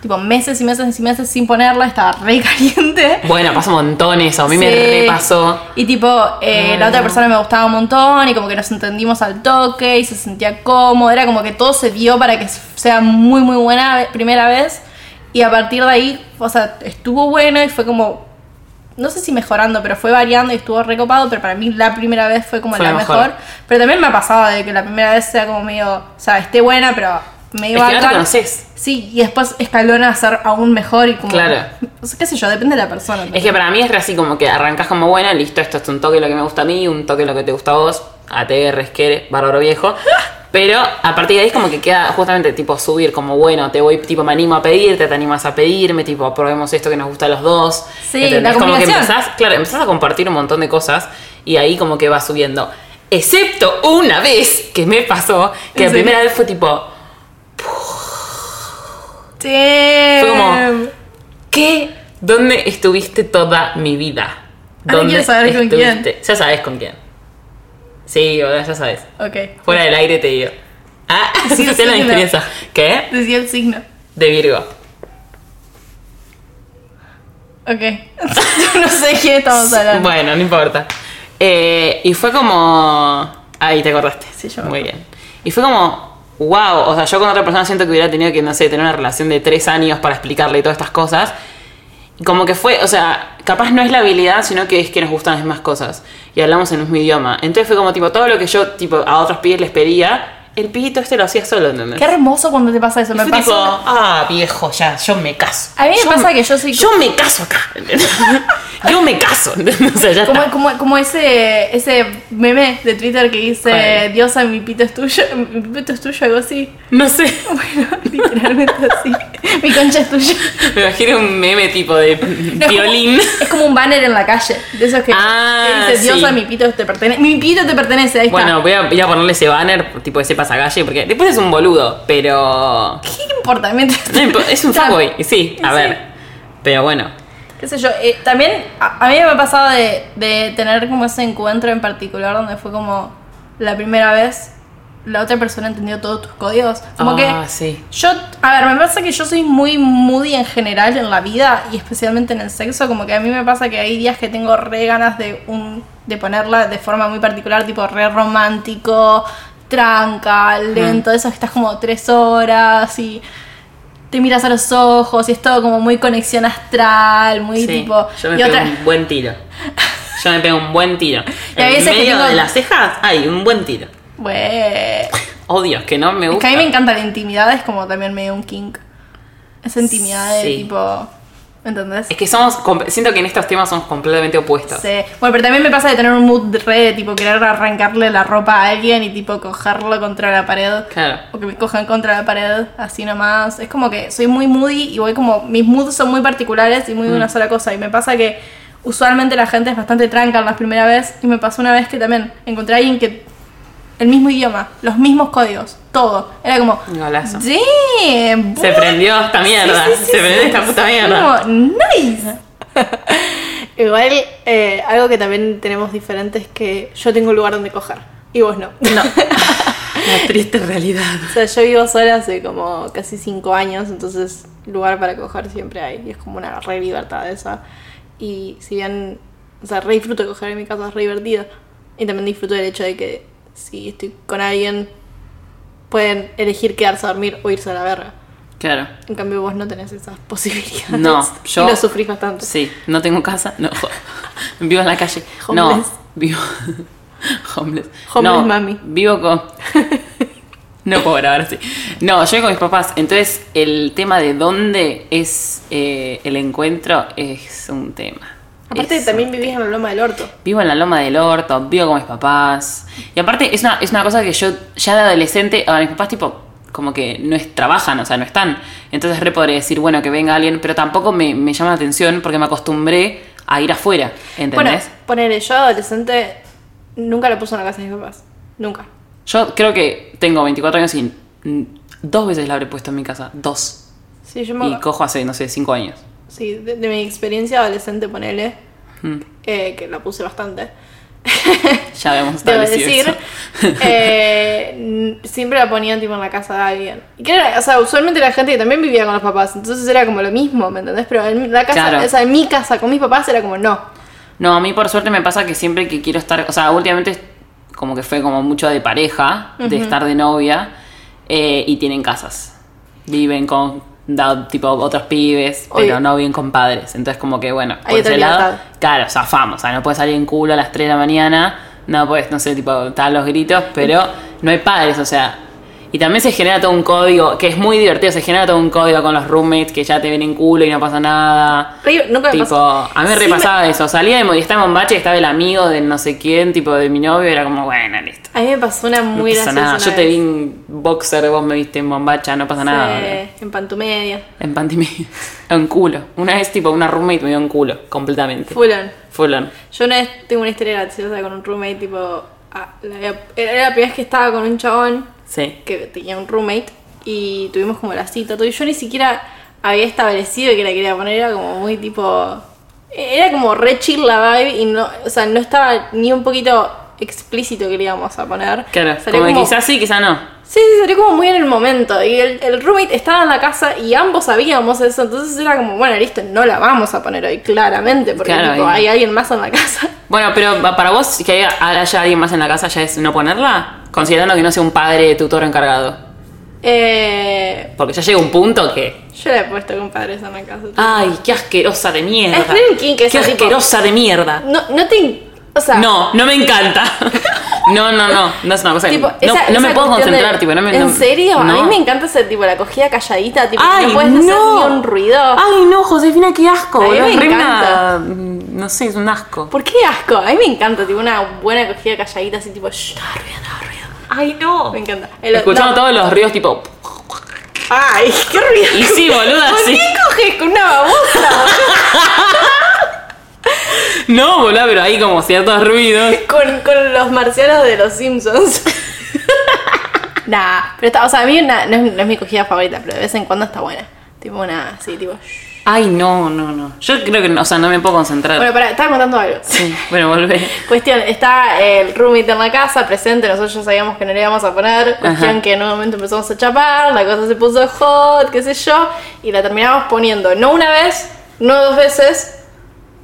[SPEAKER 1] tipo meses y meses y meses sin ponerla, estaba re caliente.
[SPEAKER 2] Bueno, pasó montones, a mí me
[SPEAKER 1] Sí.
[SPEAKER 2] repasó. Ah.
[SPEAKER 1] Y tipo, eh, la otra persona me gustaba un montón y como que nos entendimos al toque y se sentía cómodo. Era como que todo se dio para que sea muy, muy buena ve- primera vez. Y a partir de ahí, o sea, estuvo bueno y fue como, no sé si mejorando, pero fue variando y estuvo recopado. Pero para mí la primera vez fue como
[SPEAKER 2] Fue
[SPEAKER 1] la
[SPEAKER 2] la
[SPEAKER 1] mejor.
[SPEAKER 2] mejor.
[SPEAKER 1] Pero también me ha pasado de que la primera vez sea como medio, o sea, esté buena, pero medio
[SPEAKER 2] Es que no te
[SPEAKER 1] vaca.
[SPEAKER 2] conoces.
[SPEAKER 1] Sí, y después escalona a ser aún mejor y como...
[SPEAKER 2] Claro.
[SPEAKER 1] O sea, qué sé yo, depende de la persona.
[SPEAKER 2] Es que para mí es re así como que arrancas como buena, listo, esto es un toque lo que me gusta a mí, un toque lo que te gusta a vos, ATR, esquere, bárbaro viejo. Pero a partir de ahí es como que queda justamente tipo subir, como bueno, te voy, tipo me animo a pedirte, te animas a pedirme, tipo probemos esto que nos gusta a los dos.
[SPEAKER 1] Sí,
[SPEAKER 2] ¿Entendés?
[SPEAKER 1] la
[SPEAKER 2] como que
[SPEAKER 1] combinación.
[SPEAKER 2] empezás, claro, empezás a compartir un montón de cosas y ahí como que va subiendo. Excepto una vez que me pasó, que
[SPEAKER 1] ¿En
[SPEAKER 2] la
[SPEAKER 1] serio?
[SPEAKER 2] primera vez fue tipo,
[SPEAKER 1] Fue
[SPEAKER 2] como- ¿Qué? ¿Dónde estuviste toda mi vida?
[SPEAKER 1] Ahora
[SPEAKER 2] ¿Dónde
[SPEAKER 1] quiero saber con quién.
[SPEAKER 2] Ya sabes con quién. Sí, boludo, ya sabes.
[SPEAKER 1] Ok.
[SPEAKER 2] Fuera del aire te digo. Ah, sí,
[SPEAKER 1] Sí,
[SPEAKER 2] sé la
[SPEAKER 1] sí, no.
[SPEAKER 2] diferencia. ¿Qué?
[SPEAKER 1] Decía el signo.
[SPEAKER 2] De Virgo.
[SPEAKER 1] Ok. no sé de quién estamos hablando.
[SPEAKER 2] Bueno, no importa. Eh, y fue como. Ahí te acordaste.
[SPEAKER 1] Sí, yo me
[SPEAKER 2] Muy bien. Y fue como. Wow, o sea, yo con otra persona siento que hubiera tenido que, no sé, tener una relación de tres años para explicarle todas estas cosas. Y como que fue, o sea, capaz no es la habilidad, sino que es que nos gustan las mismas cosas. Y hablamos en el mismo idioma. Entonces fue como, tipo, todo lo que yo, tipo, a otros pibes les pedía, el pibito este lo hacía solo, ¿entendés?
[SPEAKER 1] Qué hermoso cuando te pasa eso.
[SPEAKER 2] Y
[SPEAKER 1] Me
[SPEAKER 2] fue
[SPEAKER 1] pasó.
[SPEAKER 2] tipo, ah, viejo, ya, yo me caso.
[SPEAKER 1] A mí me pasa que yo soy-
[SPEAKER 2] Yo me caso acá. ¿entendés? yo me caso. ¿entendés? O sea, ya
[SPEAKER 1] Como,
[SPEAKER 2] está.
[SPEAKER 1] como, como ese, ese meme de Twitter que dice
[SPEAKER 2] ¿Cuál?
[SPEAKER 1] Diosa, mi pito es tuyo, mi pito es tuyo, algo así.
[SPEAKER 2] No sé.
[SPEAKER 1] Bueno, literalmente así. Mi concha es tuya.
[SPEAKER 2] Me imagino un meme tipo de
[SPEAKER 1] No, es como-
[SPEAKER 2] violín.
[SPEAKER 1] Es como un banner en la calle. De esos que,
[SPEAKER 2] Ah,
[SPEAKER 1] que dice Diosa,
[SPEAKER 2] sí.
[SPEAKER 1] mi pito te pertenece. Mi pito te pertenece, ahí
[SPEAKER 2] Bueno,
[SPEAKER 1] está.
[SPEAKER 2] voy a, voy a ponerle ese banner, tipo ese pasagalle, porque después es un boludo, pero.
[SPEAKER 1] ¿Qué importa? Mientras-
[SPEAKER 2] No impo- es un
[SPEAKER 1] Está-
[SPEAKER 2] fuckboy, sí, a
[SPEAKER 1] Sí.
[SPEAKER 2] ver. Pero bueno.
[SPEAKER 1] qué sé yo, eh, también a, a mí me ha pasado de, de tener como ese encuentro en particular donde fue como la primera vez la otra persona entendió todos tus códigos. Como
[SPEAKER 2] Ah,
[SPEAKER 1] que
[SPEAKER 2] sí.
[SPEAKER 1] yo, a ver, me pasa que yo soy muy moody en general en la vida y especialmente en el sexo, como que a mí me pasa que hay días que tengo re ganas de un de ponerla de forma muy particular, tipo re romántico, tranca,
[SPEAKER 2] Mm.
[SPEAKER 1] lento, eso que estás como tres horas y te miras a los ojos y es todo como muy conexión astral, muy
[SPEAKER 2] sí.
[SPEAKER 1] tipo...
[SPEAKER 2] Yo me
[SPEAKER 1] y
[SPEAKER 2] pego
[SPEAKER 1] otra-
[SPEAKER 2] un buen tiro. Yo me pego un buen tiro.
[SPEAKER 1] Y hay veces
[SPEAKER 2] en
[SPEAKER 1] que
[SPEAKER 2] medio
[SPEAKER 1] tengo-
[SPEAKER 2] de las cejas hay un buen tiro.
[SPEAKER 1] Bueno,
[SPEAKER 2] Oh Dios, que no me
[SPEAKER 1] es que
[SPEAKER 2] gusta.
[SPEAKER 1] a mí me encanta la intimidad, es como también medio un kink. Esa intimidad de
[SPEAKER 2] Sí.
[SPEAKER 1] tipo... ¿Entendés?
[SPEAKER 2] Es que somos. comp- Siento que en estos temas somos completamente opuestos.
[SPEAKER 1] Sí. Bueno, pero también me pasa de tener un mood de re de tipo querer arrancarle la ropa a alguien y tipo cogerlo contra la pared.
[SPEAKER 2] Claro.
[SPEAKER 1] O que me cojan contra la pared, así nomás. Es como que soy muy moody y voy como. Mis moods son muy particulares y muy
[SPEAKER 2] Mm.
[SPEAKER 1] de una sola cosa. Y me pasa que usualmente la gente es bastante tranca en la primera vez. Y me pasó una vez que también encontré a alguien que. El mismo idioma, los mismos códigos, todo. Era como.
[SPEAKER 2] Un golazo.
[SPEAKER 1] "Damn,
[SPEAKER 2] Se
[SPEAKER 1] what?"
[SPEAKER 2] prendió esta mierda.
[SPEAKER 1] Sí, sí, sí,
[SPEAKER 2] se prendió
[SPEAKER 1] sí.
[SPEAKER 2] esta puta mierda.
[SPEAKER 1] Como, nice.
[SPEAKER 4] Igual, eh, algo que también tenemos diferente es que yo tengo un lugar donde coger y vos no. No.
[SPEAKER 2] La triste realidad.
[SPEAKER 4] o sea, yo vivo sola hace como casi cinco años, entonces lugar para coger siempre hay. Y es como una re libertad esa. Y si bien, o sea, re disfruto de coger en mi casa, es re divertido. Y también disfruto del hecho de que si estoy con alguien, pueden elegir quedarse a dormir o irse a la verga.
[SPEAKER 2] Claro.
[SPEAKER 4] En cambio, vos no tenés esas posibilidades.
[SPEAKER 2] No, yo-
[SPEAKER 4] Y lo sufrís bastante.
[SPEAKER 2] Sí, no tengo casa, no. jo- Vivo en la calle. No,
[SPEAKER 4] Homeless.
[SPEAKER 2] vivo. homeless.
[SPEAKER 4] Homeless
[SPEAKER 2] no,
[SPEAKER 4] mami.
[SPEAKER 2] Vivo con. No puedo grabar así. No, yo voy con mis papás. Entonces, el tema de dónde es eh, el encuentro es un tema.
[SPEAKER 1] Aparte,
[SPEAKER 2] Es
[SPEAKER 1] también
[SPEAKER 2] un
[SPEAKER 1] vivís en la loma del orto.
[SPEAKER 2] Vivo en la loma del orto, vivo con mis papás. Y aparte, es una, es una cosa que yo ya de adolescente, a mis papás, tipo, como que no es- trabajan, o sea, no están. Entonces, re podría decir, bueno, que venga alguien, pero tampoco me, me llama la atención porque me acostumbré a ir afuera, ¿entendés?
[SPEAKER 1] Bueno, ponele, yo adolescente nunca la puse en la casa de mis papás. Nunca.
[SPEAKER 2] Yo creo que tengo 24 años y mm, dos veces la habré puesto en mi casa, dos.
[SPEAKER 1] Sí, yo me...
[SPEAKER 2] Y cojo hace, no sé, cinco años.
[SPEAKER 1] Sí, de, de mi experiencia adolescente, ponele,
[SPEAKER 2] Mm.
[SPEAKER 1] eh, que la puse bastante.
[SPEAKER 2] Ya habíamos
[SPEAKER 1] Debo
[SPEAKER 2] establecido
[SPEAKER 1] decir,
[SPEAKER 2] eso.
[SPEAKER 1] eh, n- siempre la ponían tipo en la casa de alguien. Y que era, o sea, usualmente era gente que también vivía con los papás, entonces era como lo mismo, ¿me entendés? Pero en la casa,
[SPEAKER 2] Claro.
[SPEAKER 1] o sea, en mi casa con mis papás era como no.
[SPEAKER 2] No, a mí por suerte me pasa que siempre que quiero estar, o sea, últimamente como que fue como mucho de pareja, de estar de novia, eh, y tienen casas. Viven con da- tipo otros pibes, pero
[SPEAKER 1] Obvio.
[SPEAKER 2] no viven con padres. Entonces como que bueno, por
[SPEAKER 1] Hay otra
[SPEAKER 2] ese lado,
[SPEAKER 1] libertad.
[SPEAKER 2] claro, zafamos, o sea, no puedes salir en culo a las 3 de la mañana, no puedes, no sé, tipo, están los gritos, pero no hay padres, o sea. Y también se genera todo un código, que es muy divertido, se genera todo un código con los roommates que ya te ven en culo y no pasa nada.
[SPEAKER 1] Re- nunca me
[SPEAKER 2] Tipo,
[SPEAKER 1] pasó.
[SPEAKER 2] a mí me
[SPEAKER 1] pues, Sí
[SPEAKER 2] repasaba eso. Salía de Modista Mombache, estaba el amigo de no sé quién, tipo de mi novio, era como, bueno, listo.
[SPEAKER 1] A mí me pasó una
[SPEAKER 2] No
[SPEAKER 1] muy
[SPEAKER 2] pasa
[SPEAKER 1] graciosa.
[SPEAKER 2] nada.
[SPEAKER 1] una
[SPEAKER 2] Yo te
[SPEAKER 1] vez.
[SPEAKER 2] vi en boxer, vos me viste en bombacha, no pasa nada.
[SPEAKER 1] Sí,
[SPEAKER 2] boludo.
[SPEAKER 1] en pantumedia.
[SPEAKER 2] En pandemia. un culo. Una vez, tipo, una roommate me dio un culo, completamente.
[SPEAKER 1] Full on.
[SPEAKER 2] Full on.
[SPEAKER 1] Yo una vez tengo una historia graciosa con un roommate, tipo. ah, la había- era la primera vez que estaba con un chabón
[SPEAKER 2] Sí.
[SPEAKER 1] que tenía un roommate y tuvimos como la cita. todo, y yo ni siquiera había establecido que la quería poner, era como muy tipo. Era como re chill la vibe y no, o sea, no estaba ni un poquito explícito que le íbamos a poner.
[SPEAKER 2] Claro,
[SPEAKER 1] Salió
[SPEAKER 2] como que
[SPEAKER 1] como-
[SPEAKER 2] quizás sí, quizás no.
[SPEAKER 1] Sí, sí, salió como muy en el momento. Y el, el roommate estaba en la casa y ambos sabíamos eso. Entonces era como, bueno, listo, no la vamos a poner hoy, claramente, porque
[SPEAKER 2] Claro,
[SPEAKER 1] tipo,
[SPEAKER 2] y-
[SPEAKER 1] hay alguien más en la casa.
[SPEAKER 2] Bueno, pero pa- para vos, que haya, haya alguien más en la casa, ya es no ponerla, considerando que no sea un padre tutor encargado.
[SPEAKER 1] Eh,
[SPEAKER 2] Porque ya llega un punto que
[SPEAKER 1] yo le he puesto compadres en la casa.
[SPEAKER 2] Ay, qué asquerosa de mierda.
[SPEAKER 1] Es Ren King, que
[SPEAKER 2] qué
[SPEAKER 1] es tipo-
[SPEAKER 2] asquerosa de mierda.
[SPEAKER 1] No, no te. in- O sea,
[SPEAKER 2] No, no me encanta. No, no, no. No es una cosa que-
[SPEAKER 1] tipo,
[SPEAKER 2] no,
[SPEAKER 1] esa-
[SPEAKER 2] no me
[SPEAKER 1] esa
[SPEAKER 2] puedo
[SPEAKER 1] cuestión de-
[SPEAKER 2] concentrar, tipo, no me no-
[SPEAKER 1] ¿En serio? A mí
[SPEAKER 2] no.
[SPEAKER 1] me encanta ese tipo, la cogida calladita, tipo,
[SPEAKER 2] Ay,
[SPEAKER 1] no puedes
[SPEAKER 2] no.
[SPEAKER 1] hacer ni un ruido.
[SPEAKER 2] Ay, no, Josefina, qué asco.
[SPEAKER 1] A mí
[SPEAKER 2] boludo,
[SPEAKER 1] me
[SPEAKER 2] es re
[SPEAKER 1] encanta.
[SPEAKER 2] una- mm, No sé, es un asco.
[SPEAKER 1] ¿Por qué asco? A mí me encanta, tipo, una buena cogida calladita, así, tipo, shh, no, ruido, no, ruido.
[SPEAKER 2] Ay, no.
[SPEAKER 1] Me encanta. El-
[SPEAKER 2] Escuchando
[SPEAKER 1] no.
[SPEAKER 2] todos los ríos, tipo.
[SPEAKER 1] Ay, qué ruido.
[SPEAKER 2] Y sí, boluda,
[SPEAKER 1] ¿Por
[SPEAKER 2] sí.
[SPEAKER 1] qué coges con una babosa?
[SPEAKER 2] No, boluda, pero hay como ciertos ruidos.
[SPEAKER 1] con, con los marcianos de los Simpsons. nah, pero está, o sea, a mí una- no, es, no es mi cogida favorita, pero de vez en cuando está buena. Tipo una, así, tipo. shh.
[SPEAKER 2] Ay, no, no, no. Yo creo que, no, o sea, no me puedo concentrar.
[SPEAKER 1] Bueno, pará, estaba contando algo.
[SPEAKER 2] sí, bueno, volvé.
[SPEAKER 1] Cuestión, está eh, el roommate en la casa, presente, nosotros ya sabíamos que no le íbamos a poner, cuestión
[SPEAKER 2] Ajá.
[SPEAKER 1] que en un momento empezamos a chapar, la cosa se puso hot, qué sé yo, y la terminamos poniendo no una vez, no dos veces,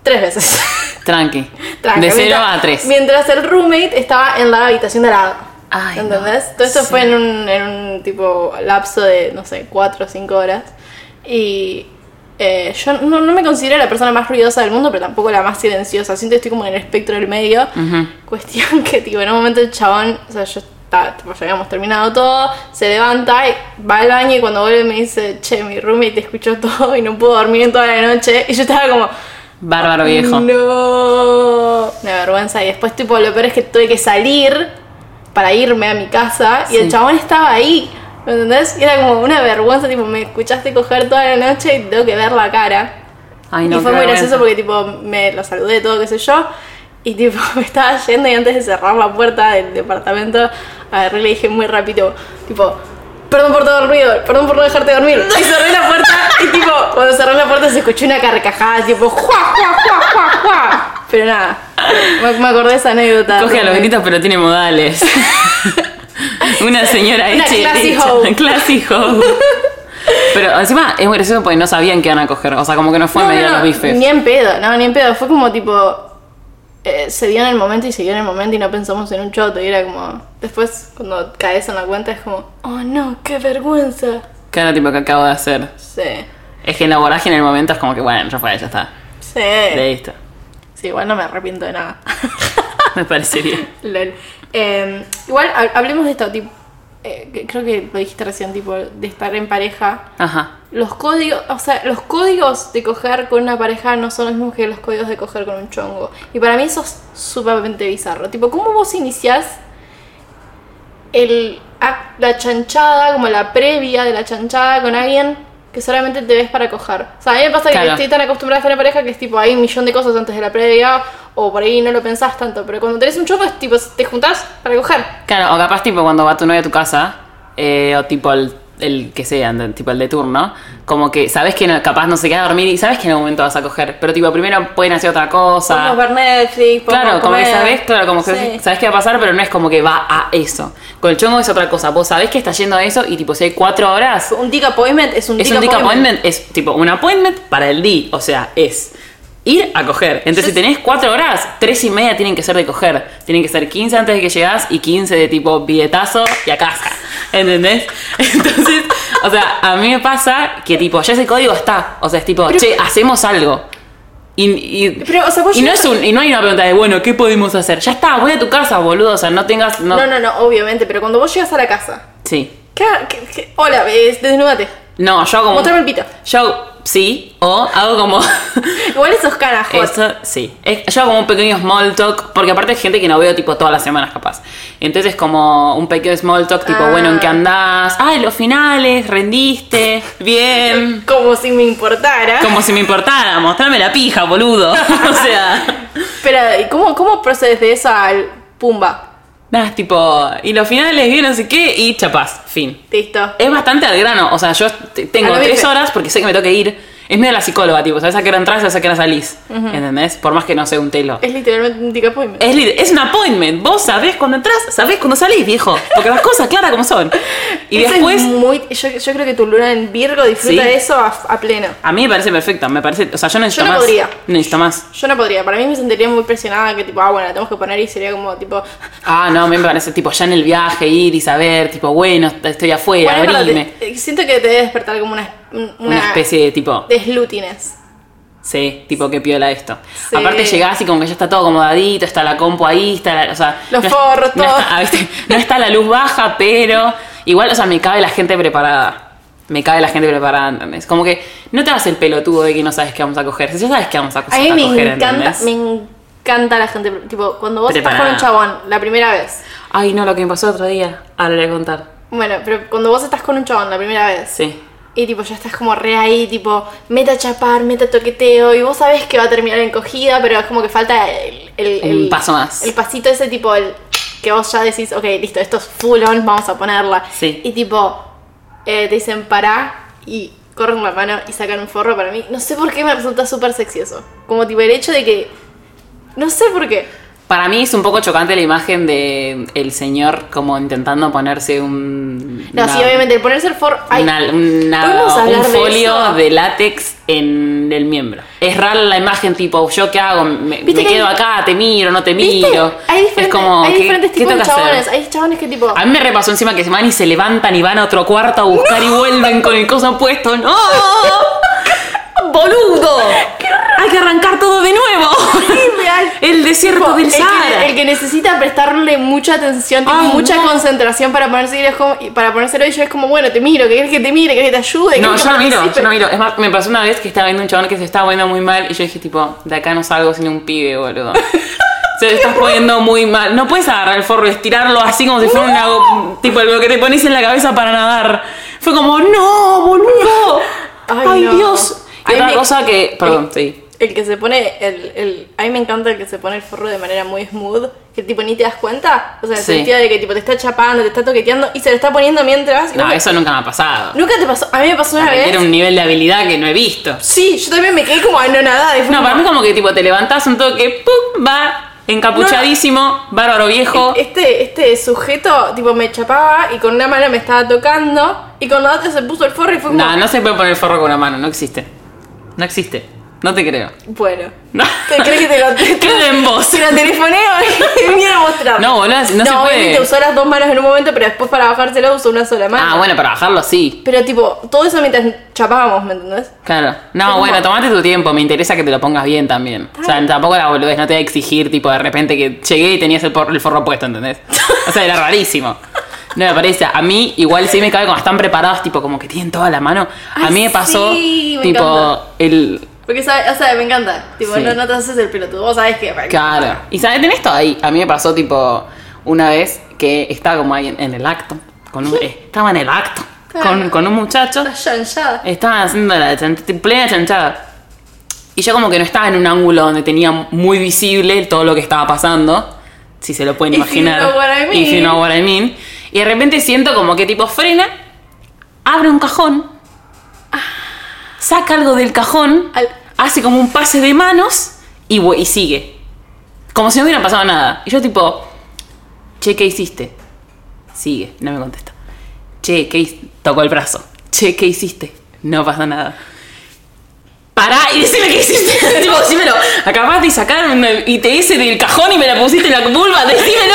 [SPEAKER 1] tres veces.
[SPEAKER 2] Tranqui.
[SPEAKER 1] Tranca,
[SPEAKER 2] De 0
[SPEAKER 1] mientras-
[SPEAKER 2] a 3.
[SPEAKER 1] Mientras el roommate estaba en la habitación de al lado.
[SPEAKER 2] Ay,
[SPEAKER 1] ¿Entendés?
[SPEAKER 2] no,
[SPEAKER 1] Todo esto
[SPEAKER 2] sí.
[SPEAKER 1] fue en un, en un tipo lapso de, no sé, 4 o 5 horas. Y eh, yo no, no me considero la persona más ruidosa del mundo, pero tampoco la más silenciosa. Siento que estoy como en el espectro del medio.
[SPEAKER 2] Ujú.
[SPEAKER 1] Cuestión que, tipo, en un momento el chabón, o sea, yo estaba, tipo, ya habíamos terminado todo, se levanta, y va al baño y cuando vuelve me dice, che, mi roommate escuchó todo y no pudo dormir en toda la noche. Y yo estaba como...
[SPEAKER 2] Bárbaro viejo.
[SPEAKER 1] No. Una vergüenza. Y después, tipo, lo peor es que tuve que salir para irme a mi casa y
[SPEAKER 2] Sí.
[SPEAKER 1] el chabón estaba ahí. ¿Me entendés? Y era como una vergüenza, tipo, me escuchaste coger toda la noche y tengo que ver la cara.
[SPEAKER 2] Ay, no,
[SPEAKER 1] y fue
[SPEAKER 2] qué
[SPEAKER 1] muy
[SPEAKER 2] vergüenza.
[SPEAKER 1] gracioso porque, tipo, me lo saludé todo, qué sé yo. Y, tipo, me estaba yendo y antes de cerrar la puerta del departamento, agarré y le dije muy rápido, tipo, perdón por todo el ruido, perdón por no dejarte dormir. Y cerré la puerta y, tipo, cuando cerré la puerta se escuchó una carcajada, tipo, ¡juá, juá, juá, juá, juá! Pero nada, me, me acordé de esa anécdota.
[SPEAKER 2] Coge a los gritos, pero tiene modales. Una señora
[SPEAKER 1] Una
[SPEAKER 2] hecha y
[SPEAKER 1] classy
[SPEAKER 2] derecha.
[SPEAKER 1] hoe.
[SPEAKER 2] Classy hoe. Pero encima es muy gracioso porque no sabían que iban a coger. O sea, como que no fue
[SPEAKER 1] No,
[SPEAKER 2] medio
[SPEAKER 1] no,
[SPEAKER 2] a los
[SPEAKER 1] no,
[SPEAKER 2] bifes.
[SPEAKER 1] Ni en pedo, no, ni en pedo. Fue como tipo. eh, se dio en el momento y se dio en el momento y no pensamos en un choto. Y era como. Después, cuando caes en la cuenta, es como. Oh no, qué vergüenza.
[SPEAKER 2] Que era tipo que acabo de hacer.
[SPEAKER 1] Sí.
[SPEAKER 2] Es que en la vorágine en el momento es como que, bueno, ya fue, ya está.
[SPEAKER 1] Sí.
[SPEAKER 2] Listo.
[SPEAKER 1] Sí, igual no me arrepiento de nada.
[SPEAKER 2] Me parecería.
[SPEAKER 1] Lol. Eh, igual ha- Em, hablemos de esto, tipo. eh, que- creo que lo dijiste recién, tipo, de estar en pareja.
[SPEAKER 2] Ajá.
[SPEAKER 1] Los códigos, o sea, los códigos de coger con una pareja no son los mismos que los códigos de coger con un chongo. Y para mí eso es sumamente bizarro. Tipo, ¿cómo vos iniciás el, ac- la chanchada, como la previa de la chanchada con alguien que solamente te ves para coger? O sea, a mí me pasa que
[SPEAKER 2] Claro.
[SPEAKER 1] estoy tan acostumbrada a estar en pareja que es tipo, hay un millón de cosas antes de la previa o por ahí no lo pensás tanto. Pero cuando tenés un chongo es tipo, te juntás para coger.
[SPEAKER 2] Claro, o capaz tipo cuando va tu novia a tu casa, eh, o tipo el, el que sea, ande- tipo el de turno, como que sabes que no- capaz no se queda a dormir y sabes que en algún momento vas a coger, pero tipo primero pueden hacer otra cosa.
[SPEAKER 5] Podemos ver Netflix, podemos
[SPEAKER 2] Claro, como que
[SPEAKER 5] comer.
[SPEAKER 2] sabes, claro, como que
[SPEAKER 5] Sí.
[SPEAKER 2] sabes qué va a pasar, pero no es como que va a eso. Con el chongo es otra cosa, vos sabés que está yendo a eso y tipo si hay cuatro horas,
[SPEAKER 5] Un tick appointment es un
[SPEAKER 2] es un dick appointment, es tipo un appointment para el D, o sea, es ir a coger. Entonces, si tenés cuatro horas, tres y media tienen que ser de coger. Tienen que ser 15 antes de que llegás y 15 de tipo billetazo y a casa. ¿Entendés? Entonces, o sea, a mí me pasa que tipo, ya ese código está. O sea, es tipo, che, hacemos algo. Y, y-
[SPEAKER 1] Pero, o sea, vos
[SPEAKER 2] y no
[SPEAKER 1] llegas
[SPEAKER 2] es un- y no hay una pregunta de, bueno, ¿qué podemos hacer? Ya está, voy a tu casa, boludo. O sea, no tengas. No,
[SPEAKER 1] No, no, no, obviamente, pero cuando vos llegas a la casa,
[SPEAKER 2] Sí.
[SPEAKER 1] ¿qué, qué- qué- hola, ves, desnúdate,
[SPEAKER 2] No, yo hago como.
[SPEAKER 1] mostrame el pito.
[SPEAKER 2] Yo sí, o hago como.
[SPEAKER 1] Igual esos caras, hot.
[SPEAKER 2] Eso, sí. Es- yo hago como un pequeño small talk, porque aparte es gente que no veo tipo todas las semanas capaz. Entonces como un pequeño small talk tipo,
[SPEAKER 1] Ah.
[SPEAKER 2] bueno, ¿en qué andás? Ay, los finales, rendiste, bien.
[SPEAKER 1] como si me importara.
[SPEAKER 2] Como si me importara, mostrarme la pija, boludo. o sea,
[SPEAKER 1] Pero, ¿y cómo, cómo procedes de eso al pumba?
[SPEAKER 2] nada, tipo, y los finales, bien, no sé qué, y chapás, fin.
[SPEAKER 1] Listo.
[SPEAKER 2] Es bastante al grano, o sea, yo te- tengo
[SPEAKER 1] A lo
[SPEAKER 2] tres
[SPEAKER 1] bife.
[SPEAKER 2] horas porque sé que me tengo que ir. Es medio la psicóloga, tipo, sabes a qué hora entras, sabes a qué hora salís. ¿Entendés? Por más que no sea un telo.
[SPEAKER 1] Es literalmente un tick appointment.
[SPEAKER 2] Es, lit- es un appointment. Vos sabés cuando entras, sabés cuando salís, viejo. Porque las cosas claras como son. Y
[SPEAKER 1] Eso es
[SPEAKER 2] después,
[SPEAKER 1] muy, yo, yo creo que tu luna en Virgo disfruta
[SPEAKER 2] Sí.
[SPEAKER 1] de eso a, a pleno.
[SPEAKER 2] a mí me parece perfecto. Me parece, o sea, yo necesito
[SPEAKER 1] Yo no
[SPEAKER 2] más.
[SPEAKER 1] podría.
[SPEAKER 2] Necesito más.
[SPEAKER 1] Yo no podría, para mí me sentiría muy presionada que tipo, ah, bueno, la tenemos que poner y sería como tipo,
[SPEAKER 2] Ah, no, a mí me parece tipo ya en el viaje, ir y saber, tipo, bueno, estoy afuera,
[SPEAKER 1] bueno, es verdad,
[SPEAKER 2] abrime.
[SPEAKER 1] te- eh, siento que te debe despertar como una, una,
[SPEAKER 2] Una especie de tipo,
[SPEAKER 1] de sluttiness.
[SPEAKER 2] sí, tipo que piola esto.
[SPEAKER 1] Sí.
[SPEAKER 2] Aparte llegás y como que ya está todo acomodadito, está la compu ahí, está la, o sea,
[SPEAKER 1] Los
[SPEAKER 2] es-
[SPEAKER 1] forros,
[SPEAKER 2] no
[SPEAKER 1] todo.
[SPEAKER 2] está- ah, ¿viste? no está la luz baja, pero igual, o sea, me cabe la gente preparada. Me cabe la gente preparada, ¿entendés? Como que no te hagas el pelotudo de que no sabes qué vamos a coger. Si ya sabes qué vamos a, co-
[SPEAKER 1] A mí
[SPEAKER 2] a
[SPEAKER 1] me
[SPEAKER 2] coger,
[SPEAKER 1] encanta,
[SPEAKER 2] ¿entendés?
[SPEAKER 1] me encanta la gente. Tipo, cuando vos estás con
[SPEAKER 2] Preparada.
[SPEAKER 1] un chabón la primera vez.
[SPEAKER 2] Ay, no, lo que me pasó otro día. Ahora le voy a contar.
[SPEAKER 1] Bueno, pero cuando vos estás con un chabón la primera vez.
[SPEAKER 2] Sí.
[SPEAKER 1] Y tipo, ya estás como re ahí, tipo, meta chapar, meta toqueteo. Y vos sabés que va a terminar en cogida, pero es como que falta el. el-
[SPEAKER 2] Un
[SPEAKER 1] el-
[SPEAKER 2] paso más.
[SPEAKER 1] El pasito ese tipo, el que vos ya decís, ok, listo, esto es full on, vamos a ponerla.
[SPEAKER 2] Sí.
[SPEAKER 1] Y tipo, eh, te dicen pará y corren la mano y sacan un forro para mí. No sé por qué me resulta súper sexy eso. Como tipo el hecho de que. No sé por qué.
[SPEAKER 2] Para mí es un poco chocante la imagen de el señor como intentando ponerse un...
[SPEAKER 1] No,
[SPEAKER 2] una-
[SPEAKER 1] sí, obviamente, el ponerse el forro. ay,
[SPEAKER 2] una- una-
[SPEAKER 1] ¿podemos
[SPEAKER 2] un
[SPEAKER 1] hablar de
[SPEAKER 2] folio
[SPEAKER 1] eso?
[SPEAKER 2] de, látex en el miembro. Es rara la imagen, tipo, ¿yo qué hago? ¿Me,
[SPEAKER 1] Viste
[SPEAKER 2] me
[SPEAKER 1] que
[SPEAKER 2] quedo
[SPEAKER 1] hay-
[SPEAKER 2] acá? ¿Te miro? ¿No te
[SPEAKER 1] ¿Viste?
[SPEAKER 2] miro?
[SPEAKER 1] Hay diferentes,
[SPEAKER 2] es como,
[SPEAKER 1] hay
[SPEAKER 2] ¿qué-
[SPEAKER 1] diferentes
[SPEAKER 2] qué
[SPEAKER 1] tipos
[SPEAKER 2] tengo
[SPEAKER 1] de
[SPEAKER 2] que hacer?
[SPEAKER 1] chabones. Hay chabones que tipo.
[SPEAKER 2] A mí me repasó encima que se van y se levantan y van a otro cuarto a buscar y vuelven con el coso puesto. ¡No! ¡Boludo! Hay que arrancar todo de nuevo.
[SPEAKER 1] real.
[SPEAKER 2] el
[SPEAKER 1] tipo,
[SPEAKER 2] desierto
[SPEAKER 1] el,
[SPEAKER 2] del
[SPEAKER 1] que,
[SPEAKER 2] Sahara.
[SPEAKER 1] el que necesita prestarle mucha atención, tipo,
[SPEAKER 2] Ay,
[SPEAKER 1] mucha
[SPEAKER 2] no.
[SPEAKER 1] concentración para ponerse es como- para ponérselo y yo es como, bueno, te miro, que quieres que te mire, querés que te ayude.
[SPEAKER 2] No,
[SPEAKER 1] querés que
[SPEAKER 2] yo no miro, yo
[SPEAKER 1] participe.
[SPEAKER 2] no miro. Es más, me pasó una vez que estaba viendo un chabón que se estaba poniendo muy mal y yo dije, tipo, de acá no salgo sin un pibe, boludo. Se te estás poniendo muy mal. No puedes agarrar el forro y estirarlo así como si fuera un lago, tipo lo que te pones en la cabeza para nadar. Fue como, no, boludo. Ay,
[SPEAKER 1] Ay, no.
[SPEAKER 2] Dios. Y
[SPEAKER 1] Ay,
[SPEAKER 2] otra
[SPEAKER 1] me- Eh,
[SPEAKER 2] cosa que. Perdón, sí.
[SPEAKER 1] El que se pone, el, el, a mí me encanta el que se pone el forro de manera muy smooth, que tipo ni te das cuenta, o sea, en el
[SPEAKER 2] Sí.
[SPEAKER 1] sentido de que tipo te está chapando, te está toqueteando y se lo está poniendo mientras. y
[SPEAKER 2] No,
[SPEAKER 1] nunca-
[SPEAKER 2] eso nunca me ha pasado.
[SPEAKER 1] Nunca te pasó, a mí me pasó una vez.
[SPEAKER 2] Era un nivel de habilidad que no he visto.
[SPEAKER 1] Sí, yo también me quedé como anonadada. y fue
[SPEAKER 2] No,
[SPEAKER 1] como,
[SPEAKER 2] para mí como que tipo te levantás un toque, ¡pum! va, encapuchadísimo, bárbaro viejo.
[SPEAKER 1] Este, este sujeto, tipo, me chapaba y con una mano me estaba tocando y con la otra se puso el forro y fue como,
[SPEAKER 2] No, no se puede poner el forro con una mano, no existe. No existe. No te creo.
[SPEAKER 1] bueno.
[SPEAKER 2] No.
[SPEAKER 1] ¿Te crees que te lo, te,
[SPEAKER 2] Creo en vos.
[SPEAKER 1] te lo telefoneo y me viene a mostrar?
[SPEAKER 2] No, boludo, no, se
[SPEAKER 1] obviamente
[SPEAKER 2] puede.
[SPEAKER 1] usó las dos manos en un momento, pero después para bajárselo usó una sola mano.
[SPEAKER 2] Ah, bueno, para bajarlo sí.
[SPEAKER 1] Pero tipo, todo eso mientras chapábamos, ¿me entendés?
[SPEAKER 2] Claro. No,
[SPEAKER 1] Pero
[SPEAKER 2] bueno,
[SPEAKER 1] como-
[SPEAKER 2] tomate tu tiempo. Me interesa que te lo pongas bien también. O sea, tampoco la boludez. No te voy a exigir, tipo, de repente que llegué y tenías el, por- el forro puesto, ¿entendés? O sea, era rarísimo. No me parece. A mí igual sí me cabe cuando están preparados, tipo como que tienen toda la mano. a
[SPEAKER 1] Ay,
[SPEAKER 2] mí me pasó,
[SPEAKER 1] sí, me
[SPEAKER 2] tipo,
[SPEAKER 1] encanta.
[SPEAKER 2] el...
[SPEAKER 1] Porque, sabe, o sea, me encanta. Tipo,
[SPEAKER 2] Sí.
[SPEAKER 1] no, no te haces el pelotudo. Vos sabés que.
[SPEAKER 2] Claro. Y sabes, tenés todo ahí. A mí me pasó, tipo, una vez que estaba como ahí en, en el acto. Con un- eh, estaba en el acto.
[SPEAKER 1] Claro.
[SPEAKER 2] Con, con un muchacho.
[SPEAKER 1] Estás chanchada.
[SPEAKER 2] Estaban haciendo la chan- plena chanchada. Y yo como que no estaba en un ángulo donde tenía muy visible todo lo que estaba pasando. Si se lo pueden
[SPEAKER 1] If you
[SPEAKER 2] imaginar.
[SPEAKER 1] know what I mean.
[SPEAKER 2] If you know what I mean. Y de repente siento como que tipo frena, abre un cajón, saca algo del cajón,
[SPEAKER 1] Al-
[SPEAKER 2] hace como un pase de manos y, vu- y sigue. Como si no hubiera pasado nada. Y yo tipo, che, ¿qué hiciste? Sigue, no me contesta. Che, ¿qué hiciste? Tocó el brazo. Che, ¿qué hiciste? No pasa nada. Pará y decime qué hiciste. tipo, decímelo. Acabas de sacar una- y te hice del cajón y me la pusiste en la vulva. Decímelo.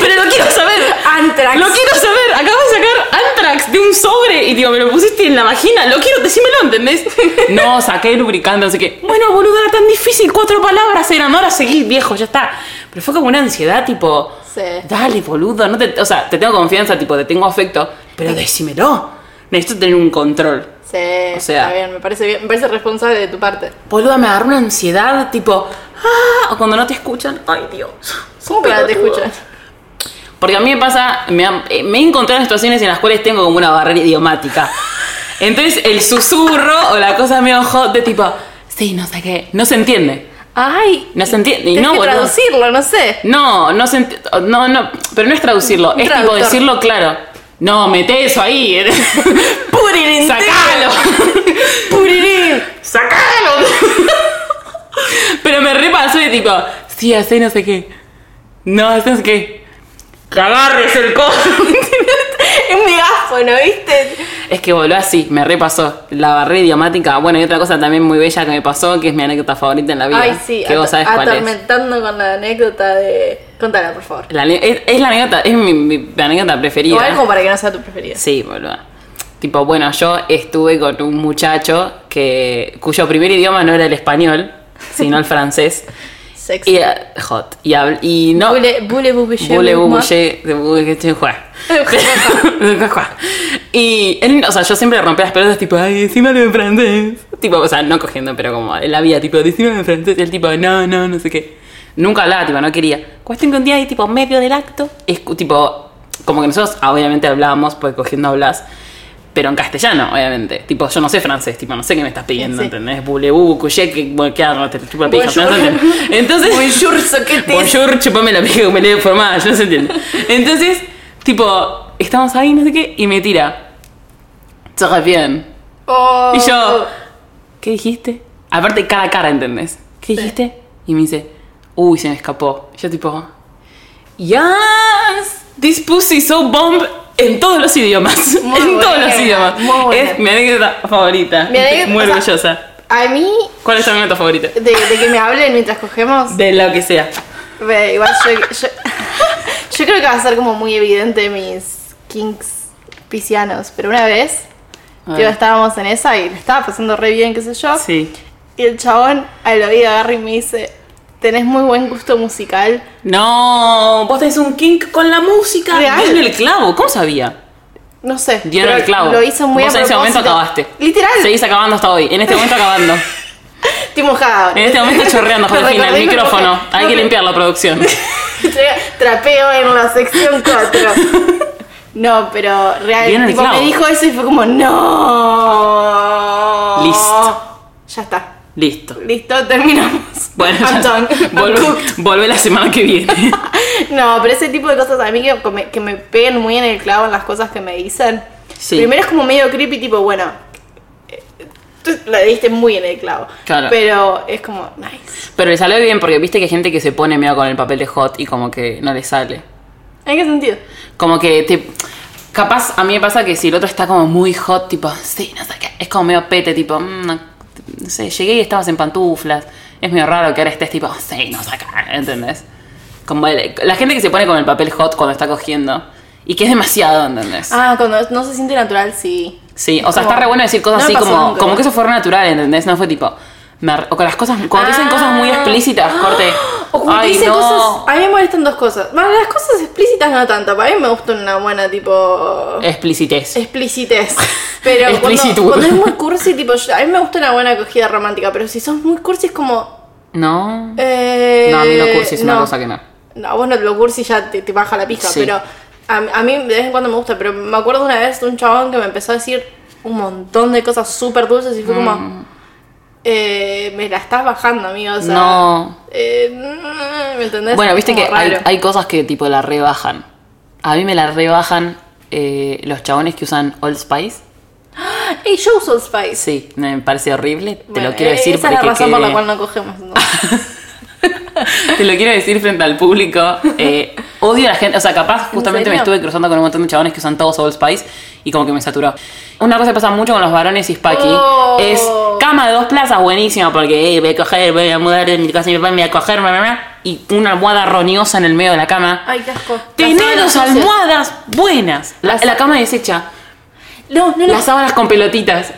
[SPEAKER 2] Pero lo quiero saber.
[SPEAKER 1] Antrax.
[SPEAKER 2] Lo quiero saber. Acabas de sacar Antrax de un sobre y digo, me lo pusiste en la vagina. Lo quiero, decímelo, ¿entendés? No, saqué lubricante, no sé qué. Bueno, boludo, era tan difícil. Cuatro palabras eran. Ahora seguí, viejo, ya está. Pero fue como una ansiedad, tipo.
[SPEAKER 1] Sí.
[SPEAKER 2] Dale, boludo. No te, o sea, te tengo confianza, tipo, te tengo afecto. Pero decímelo. Necesito tener un control.
[SPEAKER 1] Sí,
[SPEAKER 2] O sea-
[SPEAKER 1] está bien, me parece bien, me parece responsable de tu parte.
[SPEAKER 2] Boluda, me agarró una ansiedad, tipo, ah, o cuando no te escuchan, ay Dios.
[SPEAKER 1] ¿Cómo que ahora te
[SPEAKER 2] pelotudo.
[SPEAKER 1] escuchan?
[SPEAKER 2] Porque a mí me pasa, me, ha- eh, me he encontrado en situaciones en las cuales tengo como una barrera idiomática. Entonces el susurro o la cosa medio hot de tipo, sí, no sé qué, no se entiende.
[SPEAKER 1] Ay,
[SPEAKER 2] No se entiende. Y
[SPEAKER 1] tenés
[SPEAKER 2] no,
[SPEAKER 1] que
[SPEAKER 2] boludo.
[SPEAKER 1] traducirlo, no sé.
[SPEAKER 2] No, no se enti- No, no, pero no es traducirlo, es
[SPEAKER 1] Traductor.
[SPEAKER 2] tipo decirlo claro. No, mete eso ahí.
[SPEAKER 1] Puririn.
[SPEAKER 2] ¡Sacalo!
[SPEAKER 1] Puririn.
[SPEAKER 2] ¡Sacalo! Pero me repasó y tipo, sí, hace no sé qué. No, hace no sé qué. Que agarres el coso.
[SPEAKER 1] Es un megáfono, ¿viste?
[SPEAKER 2] es que voló así, me repasó. La barrera idiomática. Bueno, y otra cosa también muy bella que me pasó, que es mi anécdota favorita en la vida.
[SPEAKER 1] Ay, sí,
[SPEAKER 2] Que vos
[SPEAKER 1] at-
[SPEAKER 2] sabés cuál es.
[SPEAKER 1] atormentando con la anécdota de. Contala, por favor.
[SPEAKER 2] La ane- es. Es la anécdota, es mi, mi anécdota preferida.
[SPEAKER 1] Igual como para que no sea tu preferida.
[SPEAKER 2] Sí, boludo. Tipo, bueno, yo estuve con un muchacho que cuyo primer idioma no era el español, sino el francés.
[SPEAKER 1] Sexy.
[SPEAKER 2] Y eh, hot. Y, habl- y no.
[SPEAKER 1] Bule, bule, bubille,
[SPEAKER 2] Bule,
[SPEAKER 1] buma.
[SPEAKER 2] bubuye, de bubuye, que te juega. Y él, o sea, yo siempre rompía las pelotas, tipo, ay, decímelo en francés. Tipo, o sea, no cogiendo, pero como en la vida, tipo, decímelo en francés. Y el tipo, no, no, no sé qué. Nunca hablaba, tipo, no quería. Cuestión que un día ahí, tipo, medio del acto, es, tipo, como que nosotros ah, obviamente hablábamos, porque cogiendo hablas, pero en castellano, obviamente. Tipo, yo no sé francés, tipo, no sé qué me estás pidiendo,
[SPEAKER 1] Sí.
[SPEAKER 2] ¿entendés? Bule, bu, cuye, que, bueno, qué arma, te chupa la pija,
[SPEAKER 1] Bonjour.
[SPEAKER 2] no sé. Entonces.
[SPEAKER 1] Bonjour, soquete.
[SPEAKER 2] Bonjour, chupame la pija que me leo formada, no se entiende. Entonces, tipo, estamos ahí, no sé qué, y me tira. Todo bien.
[SPEAKER 1] Oh.
[SPEAKER 2] Y yo, ¿qué dijiste? Aparte, cara a cara, ¿entendés? ¿Qué dijiste? Y me dice, uy, se me escapó. Yo tipo, yes, this pussy so bomb en todos los idiomas.
[SPEAKER 1] Muy
[SPEAKER 2] en todos
[SPEAKER 1] buena,
[SPEAKER 2] los idiomas.
[SPEAKER 1] muy buena.
[SPEAKER 2] Es mi anécdota favorita.
[SPEAKER 1] Mi anécdota-
[SPEAKER 2] Muy
[SPEAKER 1] o sea- eh,
[SPEAKER 2] orgullosa.
[SPEAKER 1] A mí,
[SPEAKER 2] ¿Cuál es tu anécdota favorita?
[SPEAKER 1] de, de que me hablen mientras cogemos.
[SPEAKER 2] De lo que sea.
[SPEAKER 1] Ve, igual yo, yo, yo creo que va a ser como muy evidente mis kinks piscianos, pero una vez
[SPEAKER 2] A
[SPEAKER 1] tío,
[SPEAKER 2] ver.
[SPEAKER 1] estábamos en esa y le estaba pasando re bien, qué sé yo,
[SPEAKER 2] Sí.
[SPEAKER 1] y el chabón al oído agarra y me dice, tenés muy buen gusto musical.
[SPEAKER 2] No, vos tenés un kink con la música.
[SPEAKER 1] Real.
[SPEAKER 2] Dieron el clavo, ¿cómo sabía?
[SPEAKER 1] No sé,
[SPEAKER 2] Dieron
[SPEAKER 1] pero
[SPEAKER 2] el clavo.
[SPEAKER 1] lo hizo muy
[SPEAKER 2] Vos
[SPEAKER 1] a
[SPEAKER 2] en ese momento
[SPEAKER 1] propósito.
[SPEAKER 2] acabaste.
[SPEAKER 1] Literal,
[SPEAKER 2] Seguís acabando hasta hoy. En este momento acabando.
[SPEAKER 1] estoy mojada.
[SPEAKER 2] En este momento chorreando,
[SPEAKER 1] Me
[SPEAKER 2] Josefina, el
[SPEAKER 1] recordé que me
[SPEAKER 2] micrófono.
[SPEAKER 1] mojé.
[SPEAKER 2] Hay
[SPEAKER 1] No,
[SPEAKER 2] que
[SPEAKER 1] me-
[SPEAKER 2] limpiar la producción.
[SPEAKER 1] Trapeo en la sección 4. No, pero
[SPEAKER 2] Bien
[SPEAKER 1] realmente
[SPEAKER 2] el
[SPEAKER 1] tipo, me
[SPEAKER 2] clavo.
[SPEAKER 1] dijo eso y fue como, no.
[SPEAKER 2] Listo.
[SPEAKER 1] Ya está.
[SPEAKER 2] Listo.
[SPEAKER 1] Listo, terminamos.
[SPEAKER 2] Bueno,
[SPEAKER 1] I'm
[SPEAKER 2] ya-
[SPEAKER 1] done. I'm cooked.
[SPEAKER 2] volvé, volvé la semana que viene.
[SPEAKER 1] No, pero ese tipo de cosas a mí que que me, que me peguen muy en el clavo en las cosas que me dicen.
[SPEAKER 2] Sí.
[SPEAKER 1] Primero es como medio creepy, tipo, bueno, eh, tú la diste muy en el clavo.
[SPEAKER 2] Claro.
[SPEAKER 1] Pero es como, nice.
[SPEAKER 2] Pero le salió bien porque viste que hay gente que se pone medio con el papel de hot y como que no le sale.
[SPEAKER 1] ¿En qué sentido?
[SPEAKER 2] Como que te. Capaz a mí me pasa que si el otro está como muy hot, tipo, sí, no sé qué. Es como medio pete, tipo, mm, no, no sé, llegué y estabas en pantuflas. Es medio raro que ahora estés tipo, sí, no sé qué, ¿entendés? Como el- la gente que se pone con el papel hot cuando está cogiendo y que es demasiado, ¿entendés?
[SPEAKER 1] Ah, cuando no se siente natural, sí.
[SPEAKER 2] sí, o sea,
[SPEAKER 1] como-
[SPEAKER 2] está re bueno decir cosas
[SPEAKER 1] no me
[SPEAKER 2] así
[SPEAKER 1] pasó
[SPEAKER 2] como,
[SPEAKER 1] nunca.
[SPEAKER 2] como que eso fue re natural, ¿entendés? No fue tipo, me ar- o con las cosas, cuando te dicen cosas muy explícitas, corte,
[SPEAKER 1] Ah. O cuando
[SPEAKER 2] Ay,
[SPEAKER 1] dice
[SPEAKER 2] no.
[SPEAKER 1] cosas. A mí me molestan dos cosas. Bueno, las cosas explícitas no tanto. Para mí me gusta una buena, tipo. Eh,
[SPEAKER 2] Explicitez.
[SPEAKER 1] Explicitez. Pero cuando,
[SPEAKER 2] Explicitud.
[SPEAKER 1] cuando es muy cursi, tipo. yo- a mí me gusta una buena acogida romántica. Pero si sos muy cursi, es como.
[SPEAKER 2] No.
[SPEAKER 1] eh,
[SPEAKER 2] no, a mí no cursi es una cosa que no.
[SPEAKER 1] No, a vos no te lo cursi ya te, te baja la pija,
[SPEAKER 2] Sí.
[SPEAKER 1] pero a, a mí de vez en cuando me gusta, pero me acuerdo una vez de un chabón que me empezó a decir un montón de cosas súper dulces y fue
[SPEAKER 2] Mm.
[SPEAKER 1] como, eh, me la estás bajando, amigo, o sea,
[SPEAKER 2] No.
[SPEAKER 1] eh, mm, ¿me entendés?
[SPEAKER 2] Bueno,
[SPEAKER 1] Es
[SPEAKER 2] viste que
[SPEAKER 1] como
[SPEAKER 2] hay,
[SPEAKER 1] raro.
[SPEAKER 2] hay cosas que tipo la rebajan. A mí me la rebajan eh, los chabones que usan Old Spice.
[SPEAKER 1] Ey, yo uso Old Spice.
[SPEAKER 2] Sí, me parece horrible. Te
[SPEAKER 1] Bueno,
[SPEAKER 2] lo quiero
[SPEAKER 1] eh,
[SPEAKER 2] decir
[SPEAKER 1] Esa es la
[SPEAKER 2] porque
[SPEAKER 1] razón por la
[SPEAKER 2] quede-
[SPEAKER 1] cual no cogemos. ¿no?
[SPEAKER 2] Te lo quiero decir frente al público. Eh, odio a la gente. O sea, capaz justamente me
[SPEAKER 1] serio?
[SPEAKER 2] estuve cruzando con un montón de chabones que usan todos Old Spice y como que me saturó. Una cosa que pasa mucho con los varones y Spaki
[SPEAKER 1] Oh.
[SPEAKER 2] es cama de dos plazas, buenísima, porque eh, voy a coger, voy a mudar de mi casa, y mi papá me voy a coger, bla, bla, bla, y una almohada roñosa en el medio de la cama.
[SPEAKER 1] Ay, qué asco.
[SPEAKER 2] Tener
[SPEAKER 1] Las sábanas
[SPEAKER 2] dos
[SPEAKER 1] sucias.
[SPEAKER 2] almohadas buenas. La, la cama deshecha.
[SPEAKER 1] No, no, no.
[SPEAKER 2] Las sábanas con pelotitas.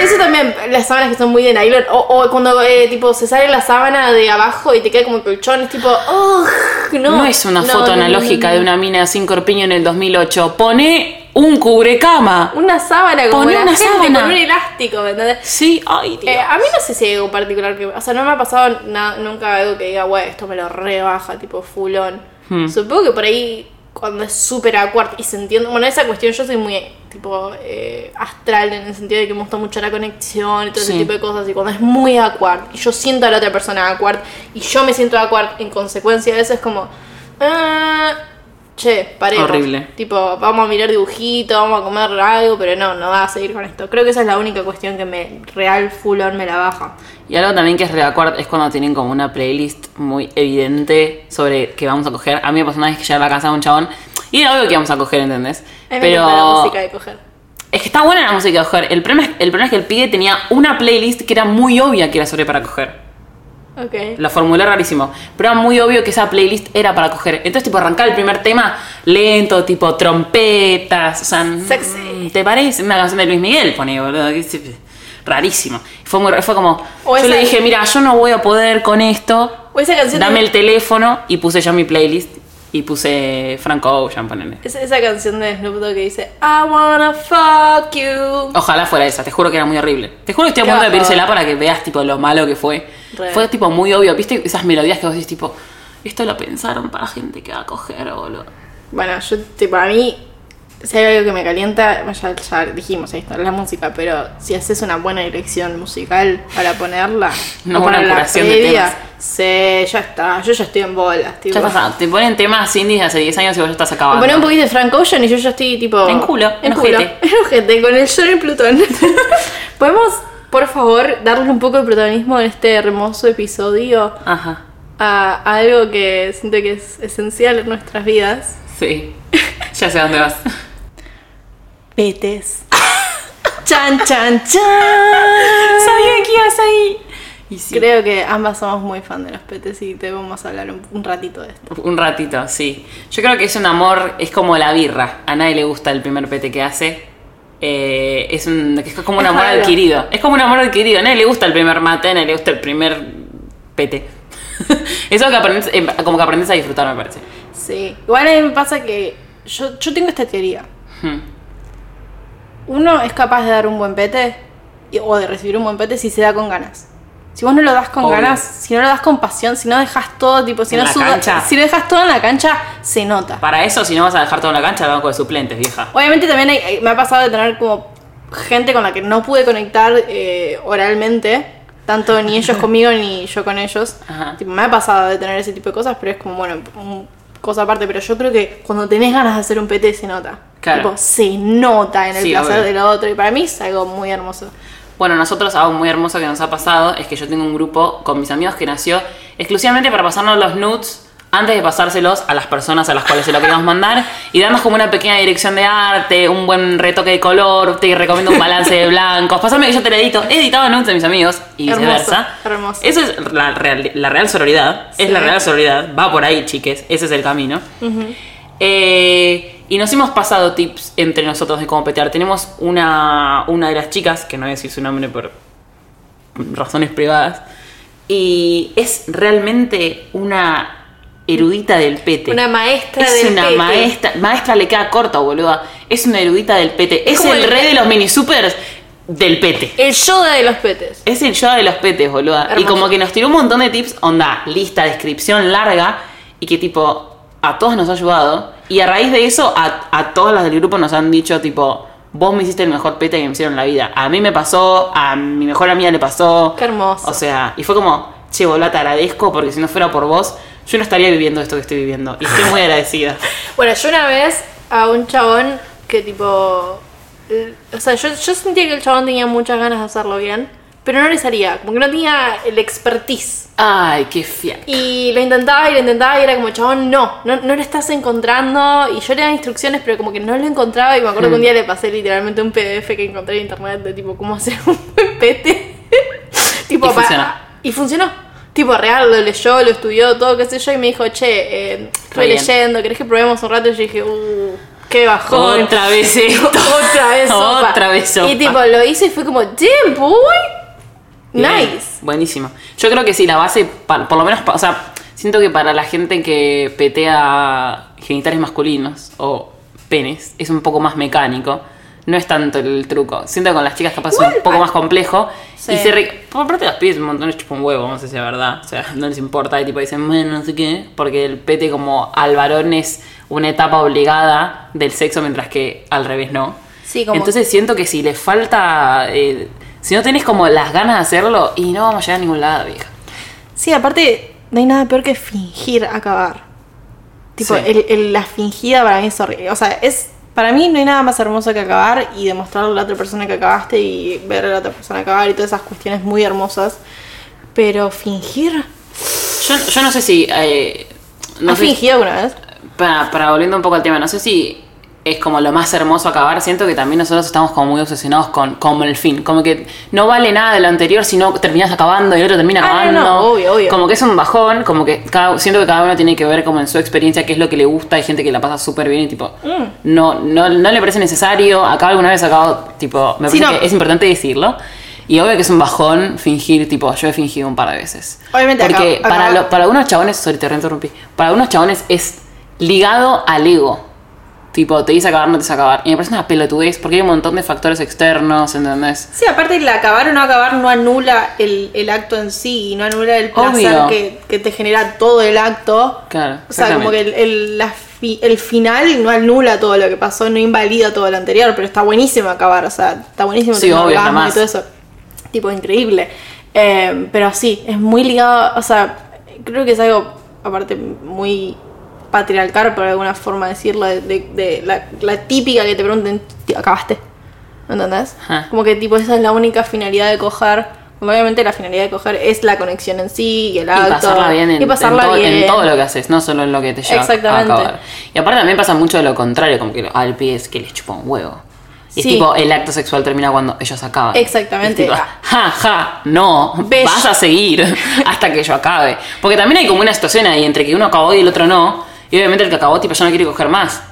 [SPEAKER 1] Eso también, las sábanas que son muy de nylon. O, o cuando eh, tipo se sale la sábana de abajo y te queda como el colchón, es tipo, "Ugh, no.
[SPEAKER 2] No, es una
[SPEAKER 1] No,
[SPEAKER 2] foto
[SPEAKER 1] no, no,
[SPEAKER 2] analógica
[SPEAKER 1] no,
[SPEAKER 2] de una mina sin corpiño en el 2008. Pone un cubrecama.
[SPEAKER 1] no. Una sábana como
[SPEAKER 2] Poné
[SPEAKER 1] la
[SPEAKER 2] una
[SPEAKER 1] gente
[SPEAKER 2] sábana.
[SPEAKER 1] con un elástico, ¿me entendés?
[SPEAKER 2] Sí, ay, Dios.
[SPEAKER 1] Eh, a mí no sé si hay algo particular que... O sea, no me ha pasado na- nunca algo que diga, güey, esto me lo rebaja, tipo fulón. Supongo que por ahí, cuando es súper awkward y se entiende... Bueno, esa cuestión yo soy muy, tipo, eh, astral en el sentido de que me gusta mucho la conexión y todo
[SPEAKER 2] Sí.
[SPEAKER 1] ese tipo de cosas. Y cuando es muy awkward y yo siento a la otra persona awkward y yo me siento awkward en consecuencia de eso, es como... "Ah, che, paremos.
[SPEAKER 2] Horrible.
[SPEAKER 1] Tipo, vamos a mirar dibujitos, vamos a comer algo, pero no, no va a seguir con esto. Creo que esa es la única cuestión que me real full on me la baja.
[SPEAKER 2] Y algo también que es reacuerdo es cuando tienen como una playlist muy evidente sobre que vamos a coger. A mí me pasó una vez que llegaba a la casa de un chabón y era obvio que íbamos a coger, ¿entendés?
[SPEAKER 1] A mí me encanta la
[SPEAKER 2] Pero
[SPEAKER 1] música de coger.
[SPEAKER 2] es que está buena la música de coger. El problema, es, el problema es que el pibe tenía una playlist que era muy obvia que era sobre para coger.
[SPEAKER 1] Ok.
[SPEAKER 2] La formulé rarísimo. Pero era muy obvio que esa playlist era para coger. Entonces, tipo, arrancaba el primer tema lento, tipo trompetas. O sea,
[SPEAKER 1] Sexy.
[SPEAKER 2] mm, ¿te parece? Una canción de Luis Miguel, pone, boludo. que se- Rarísimo. Fue, muy, fue como.
[SPEAKER 1] O
[SPEAKER 2] yo
[SPEAKER 1] esa-
[SPEAKER 2] le dije, mira, yo no voy a poder con esto.
[SPEAKER 1] O esa canción,
[SPEAKER 2] Dame
[SPEAKER 1] de,
[SPEAKER 2] el teléfono. Y puse yo mi playlist. Y puse Franco Ocean, ponele.
[SPEAKER 1] esa, esa canción de Snoop Dogg que dice I wanna fuck you.
[SPEAKER 2] Ojalá fuera esa, te juro que era muy horrible. Te juro que estoy a punto de
[SPEAKER 1] Claro.
[SPEAKER 2] pedírsela para que veas tipo lo malo que fue.
[SPEAKER 1] Re.
[SPEAKER 2] Fue tipo muy obvio, ¿viste? Esas melodías que vos decís tipo, esto lo pensaron para gente que va a coger, boludo.
[SPEAKER 1] Bueno, yo, tipo, a mí, si hay algo que me calienta, bueno, ya, ya dijimos esto, la música, pero si haces una buena dirección musical para ponerla,
[SPEAKER 2] Una
[SPEAKER 1] o
[SPEAKER 2] buena
[SPEAKER 1] para la
[SPEAKER 2] curación de
[SPEAKER 1] previa,
[SPEAKER 2] temas.
[SPEAKER 1] sí, ya está, yo ya estoy en bolas, tipo.
[SPEAKER 2] Ya pasa, te ponen temas indies hace 10 años y vos ya estás
[SPEAKER 1] Me
[SPEAKER 2] acabando.
[SPEAKER 1] poné un poquito de Frank Ocean y yo ya estoy tipo.
[SPEAKER 2] En culo,
[SPEAKER 1] En
[SPEAKER 2] en
[SPEAKER 1] culo.
[SPEAKER 2] ojete.
[SPEAKER 1] En ojete, con el short en Plutón. ¿Podemos, por favor, darle un poco de protagonismo en este hermoso episodio
[SPEAKER 2] Ajá,
[SPEAKER 1] a, a algo que siento que es esencial en nuestras vidas?
[SPEAKER 2] sí. ya sé a dónde vas.
[SPEAKER 1] Petes. chan, chan, chan.
[SPEAKER 2] Sabía que ibas ahí. Y sí.
[SPEAKER 1] Creo que ambas somos muy fan de los petes y te vamos a hablar un, un ratito de esto.
[SPEAKER 2] Un ratito, sí. Yo creo que es un amor, es como la birra. A nadie le gusta el primer pete que hace. Eh, es, un, es como un
[SPEAKER 1] Es
[SPEAKER 2] amor
[SPEAKER 1] raro.
[SPEAKER 2] adquirido. Es como un amor adquirido. A nadie le gusta el primer mate, a nadie le gusta el primer pete. Eso que aprendes, eh, como que aprendes a disfrutar, me parece.
[SPEAKER 1] Sí. Igual a mí me pasa que yo, yo tengo esta teoría.
[SPEAKER 2] Hmm.
[SPEAKER 1] Uno es capaz de dar un buen pete y- o de recibir un buen pete si se da con ganas. Si vos no lo das con
[SPEAKER 2] Obvio.
[SPEAKER 1] ganas, si no lo das con pasión, si no dejas todo, tipo, si
[SPEAKER 2] En
[SPEAKER 1] no
[SPEAKER 2] la
[SPEAKER 1] suda-
[SPEAKER 2] cancha.
[SPEAKER 1] si no dejas todo en la cancha, se nota.
[SPEAKER 2] Para eso, si no vas a dejar todo en la cancha, al banco de suplentes, vieja.
[SPEAKER 1] Obviamente también hay- hay- me ha pasado de tener como gente con la que no pude conectar eh, oralmente, tanto ni ellos conmigo ni yo con ellos.
[SPEAKER 2] Ajá.
[SPEAKER 1] Tipo, me ha pasado de tener ese tipo de cosas, pero es como, bueno, un- cosa aparte. Pero yo creo que cuando tenés ganas de hacer un PT se nota.
[SPEAKER 2] Claro.
[SPEAKER 1] Tipo, se nota en el
[SPEAKER 2] Sí,
[SPEAKER 1] placer
[SPEAKER 2] obvio.
[SPEAKER 1] del otro. Y para mí es algo muy hermoso.
[SPEAKER 2] Bueno, nosotros algo muy hermoso que nos ha pasado es que yo tengo un grupo con mis amigos que nació exclusivamente para pasarnos los nudes antes de pasárselos a las personas a las cuales se lo queríamos mandar y darnos como una pequeña dirección de arte, un buen retoque de color, te recomiendo un balance de blancos, pasame que yo te lo edito, he editado nudes de mis amigos y
[SPEAKER 1] Hermoso,
[SPEAKER 2] viceversa.
[SPEAKER 1] hermoso.
[SPEAKER 2] Eso es la real, la real sororidad, es
[SPEAKER 1] Sí.
[SPEAKER 2] la real sororidad, va por ahí chiques, ese es el camino. Eh, y nos hemos pasado tips entre nosotros de cómo petear. Tenemos una, una de las chicas, que no voy a decir su nombre por razones privadas, y es realmente una erudita del pete.
[SPEAKER 3] Una maestra
[SPEAKER 2] es
[SPEAKER 3] del
[SPEAKER 2] una
[SPEAKER 3] pete.
[SPEAKER 2] maestra. Maestra le queda corta, boluda. Es una erudita del pete. Es
[SPEAKER 3] como
[SPEAKER 2] el
[SPEAKER 3] el-
[SPEAKER 2] rey de los mini supers del pete.
[SPEAKER 3] El Yoda de los petes.
[SPEAKER 2] Es el Yoda de los petes, boluda. Y
[SPEAKER 3] Hermoso.
[SPEAKER 2] como que nos tiró un montón de tips, onda, lista, descripción larga, y que tipo, a todos nos ha ayudado. Y a raíz de eso, a, a todas las del grupo nos han dicho, tipo, vos me hiciste el mejor pete que me hicieron en la vida. A mí me pasó, a mi mejor amiga le pasó.
[SPEAKER 3] Qué hermoso.
[SPEAKER 2] O sea, y fue como, che, boluda, te agradezco, porque si no fuera por vos, yo no estaría viviendo esto que estoy viviendo. Y estoy muy agradecida.
[SPEAKER 3] Bueno, yo una vez a un chabón que tipo... eh, O sea, yo, yo sentía que el chabón tenía muchas ganas de hacerlo bien, pero no le salía, como que no tenía el expertise.
[SPEAKER 2] Ay, qué fiel.
[SPEAKER 3] Y lo intentaba y lo intentaba y era como, chabón, no, no, no lo estás encontrando. Y yo le daba instrucciones, pero como que no lo encontraba. Y me
[SPEAKER 2] Hmm.
[SPEAKER 3] acuerdo que un día le pasé literalmente un PDF que encontré en internet de tipo, cómo hacer un buen pete. tipo,
[SPEAKER 2] Y
[SPEAKER 3] pa-
[SPEAKER 2] funcionó.
[SPEAKER 3] Y funcionó. Tipo, real, lo leyó, lo estudió, todo, qué sé yo. Y me dijo, che, eh, estoy
[SPEAKER 2] bien.
[SPEAKER 3] leyendo, ¿querés que probemos un rato? Y yo dije, uh, qué bajón.
[SPEAKER 2] Otra vez esto.
[SPEAKER 3] Otra vez sopa.
[SPEAKER 2] Otra vez sopa.
[SPEAKER 3] Y tipo, lo hice y fue como, damn, boy.
[SPEAKER 2] Bien,
[SPEAKER 3] Nice.
[SPEAKER 2] Buenísimo. Yo creo que sí, la base, pa- por lo menos, pa- o sea, siento que para la gente que petea genitales masculinos o penes, es un poco más mecánico. No es tanto el truco. Siento que con las chicas capaz es un poco más complejo. Y
[SPEAKER 3] Sí.
[SPEAKER 2] se re- Por parte de las pibes un montón les chupa un huevo, vamos a decir la verdad. O sea, no les importa. Y tipo dicen, bueno, no sé qué. Porque el pete como al varón es una etapa obligada del sexo, mientras que al revés no.
[SPEAKER 3] Sí, como-
[SPEAKER 2] Entonces siento que si les falta... eh, si no tenés como las ganas de hacerlo, y no vamos a llegar a ningún lado, vieja.
[SPEAKER 1] Sí, aparte, no hay nada peor que fingir acabar. Tipo,
[SPEAKER 2] Sí.
[SPEAKER 1] el- el- la fingida para mí es horrible. O sea, es. Para mí no hay nada más hermoso que acabar y demostrarle a la otra persona que acabaste y ver a la otra persona acabar y todas esas cuestiones muy hermosas. Pero fingir.
[SPEAKER 2] Yo, yo no sé si... eh, no
[SPEAKER 1] ¿Has
[SPEAKER 2] sé-
[SPEAKER 1] fingido alguna vez?
[SPEAKER 2] Para, para volviendo un poco al tema, no sé si es como lo más hermoso acabar. Siento que también nosotros estamos como muy obsesionados con, con el fin. Como que no vale nada de lo anterior si no terminas acabando y el otro termina
[SPEAKER 1] Ah, no,
[SPEAKER 2] acabando.
[SPEAKER 1] no, obvio, obvio.
[SPEAKER 2] Como que es un bajón, como que cada, siento que cada uno tiene que ver como en su experiencia qué es lo que le gusta. Hay gente que la pasa súper bien y tipo,
[SPEAKER 1] Mm.
[SPEAKER 2] no, no, no le parece necesario. Acá alguna vez acabo, tipo, me parece
[SPEAKER 1] Sí, no.
[SPEAKER 2] que es importante decirlo. Y obvio que es un bajón fingir, tipo, yo he fingido un par de veces.
[SPEAKER 1] Obviamente,
[SPEAKER 2] Porque
[SPEAKER 1] acá-
[SPEAKER 2] para,
[SPEAKER 1] acá-
[SPEAKER 2] lo- para algunos chabones, sorry, te reinterrumpí. Para algunos chabones es ligado al ego. Tipo, te dice acabar, no te dice acabar. Y me parece una pelotudez porque hay un montón de factores externos, ¿entendés?
[SPEAKER 1] Sí, aparte el acabar o no acabar no anula el, el acto en sí y no anula el placer
[SPEAKER 2] Obvio.
[SPEAKER 1] que, que te genera todo el acto.
[SPEAKER 2] Claro,
[SPEAKER 1] O sea, como que el, el- la fi- el final no anula todo lo que pasó, no invalida todo lo anterior, pero está buenísimo acabar, o sea, está buenísimo
[SPEAKER 2] Sí,
[SPEAKER 1] tener
[SPEAKER 2] obvio,
[SPEAKER 1] orgasmo
[SPEAKER 2] jamás.
[SPEAKER 1] y todo eso. Tipo, increíble. Eh, pero sí, es muy ligado, o sea, creo que es algo, aparte, muy patriarcal, por alguna forma decirlo, de, de- de la, la típica que te pregunten, "Tío, ¿acabaste? ¿Entendés?
[SPEAKER 2] Ajá.
[SPEAKER 1] Como que tipo esa es la única finalidad de coger. Obviamente la finalidad de coger es la conexión en sí y el
[SPEAKER 2] Y
[SPEAKER 1] acto.
[SPEAKER 2] pasarla bien en,
[SPEAKER 1] y pasarla
[SPEAKER 2] en todo, en
[SPEAKER 1] bien.
[SPEAKER 2] todo lo que haces, no solo en lo que te lleva
[SPEAKER 1] Exactamente.
[SPEAKER 2] a acabar. Y aparte también pasa mucho de lo contrario, como que al pie es que les chupa un huevo. Y es
[SPEAKER 1] Sí.
[SPEAKER 2] tipo, el acto sexual termina cuando ellos acaban.
[SPEAKER 1] Exactamente. Ah.
[SPEAKER 2] Y es tipo, ja, ja, no,
[SPEAKER 1] Bello.
[SPEAKER 2] vas a seguir hasta que yo acabe. Porque también hay como una situación ahí entre que uno acabó y el otro no. Y obviamente el que acabó, tipo, ya no quiere coger más.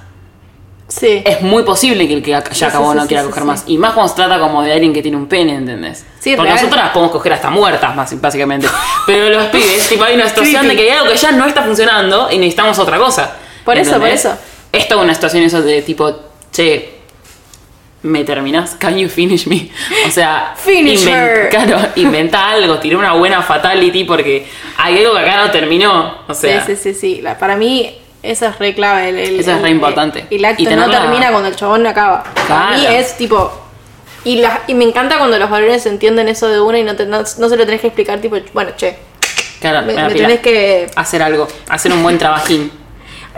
[SPEAKER 1] Sí.
[SPEAKER 2] Es muy posible que el que ac- ya acabó
[SPEAKER 1] sí,
[SPEAKER 2] no
[SPEAKER 1] sí,
[SPEAKER 2] quiera
[SPEAKER 1] sí,
[SPEAKER 2] coger
[SPEAKER 1] sí.
[SPEAKER 2] más. Y más cuando se trata como de alguien que tiene un pene, ¿entendés?
[SPEAKER 1] Sí,
[SPEAKER 2] Porque
[SPEAKER 1] real.
[SPEAKER 2] nosotros las podemos coger hasta muertas, más, básicamente. Pero los pibes, tipo, hay una situación de que hay algo que ya no está funcionando y necesitamos otra cosa.
[SPEAKER 1] Por eso, por eso.
[SPEAKER 2] Es toda una situación eso de tipo, che, ¿me terminás? ¿Can you finish me? O sea,
[SPEAKER 1] Finish her.
[SPEAKER 2] claro, inventa algo, tira una buena fatality porque hay algo que acá no terminó. O sea,
[SPEAKER 1] sí, sí, sí, sí. La- para mí eso es re clave. El, el-
[SPEAKER 2] Eso es re
[SPEAKER 1] el-
[SPEAKER 2] importante.
[SPEAKER 1] El acto
[SPEAKER 2] Y
[SPEAKER 1] no
[SPEAKER 2] tenerla-
[SPEAKER 1] termina cuando el chabón acaba.
[SPEAKER 2] Claro.
[SPEAKER 1] Para mí es tipo... Y, las y me encanta cuando los valores entienden eso de una y no, te- no, no se lo tenés que explicar tipo, bueno, che,
[SPEAKER 2] claro,
[SPEAKER 1] me,
[SPEAKER 2] me la
[SPEAKER 1] me
[SPEAKER 2] pila.
[SPEAKER 1] tenés que...
[SPEAKER 2] hacer algo, hacer un buen trabajín.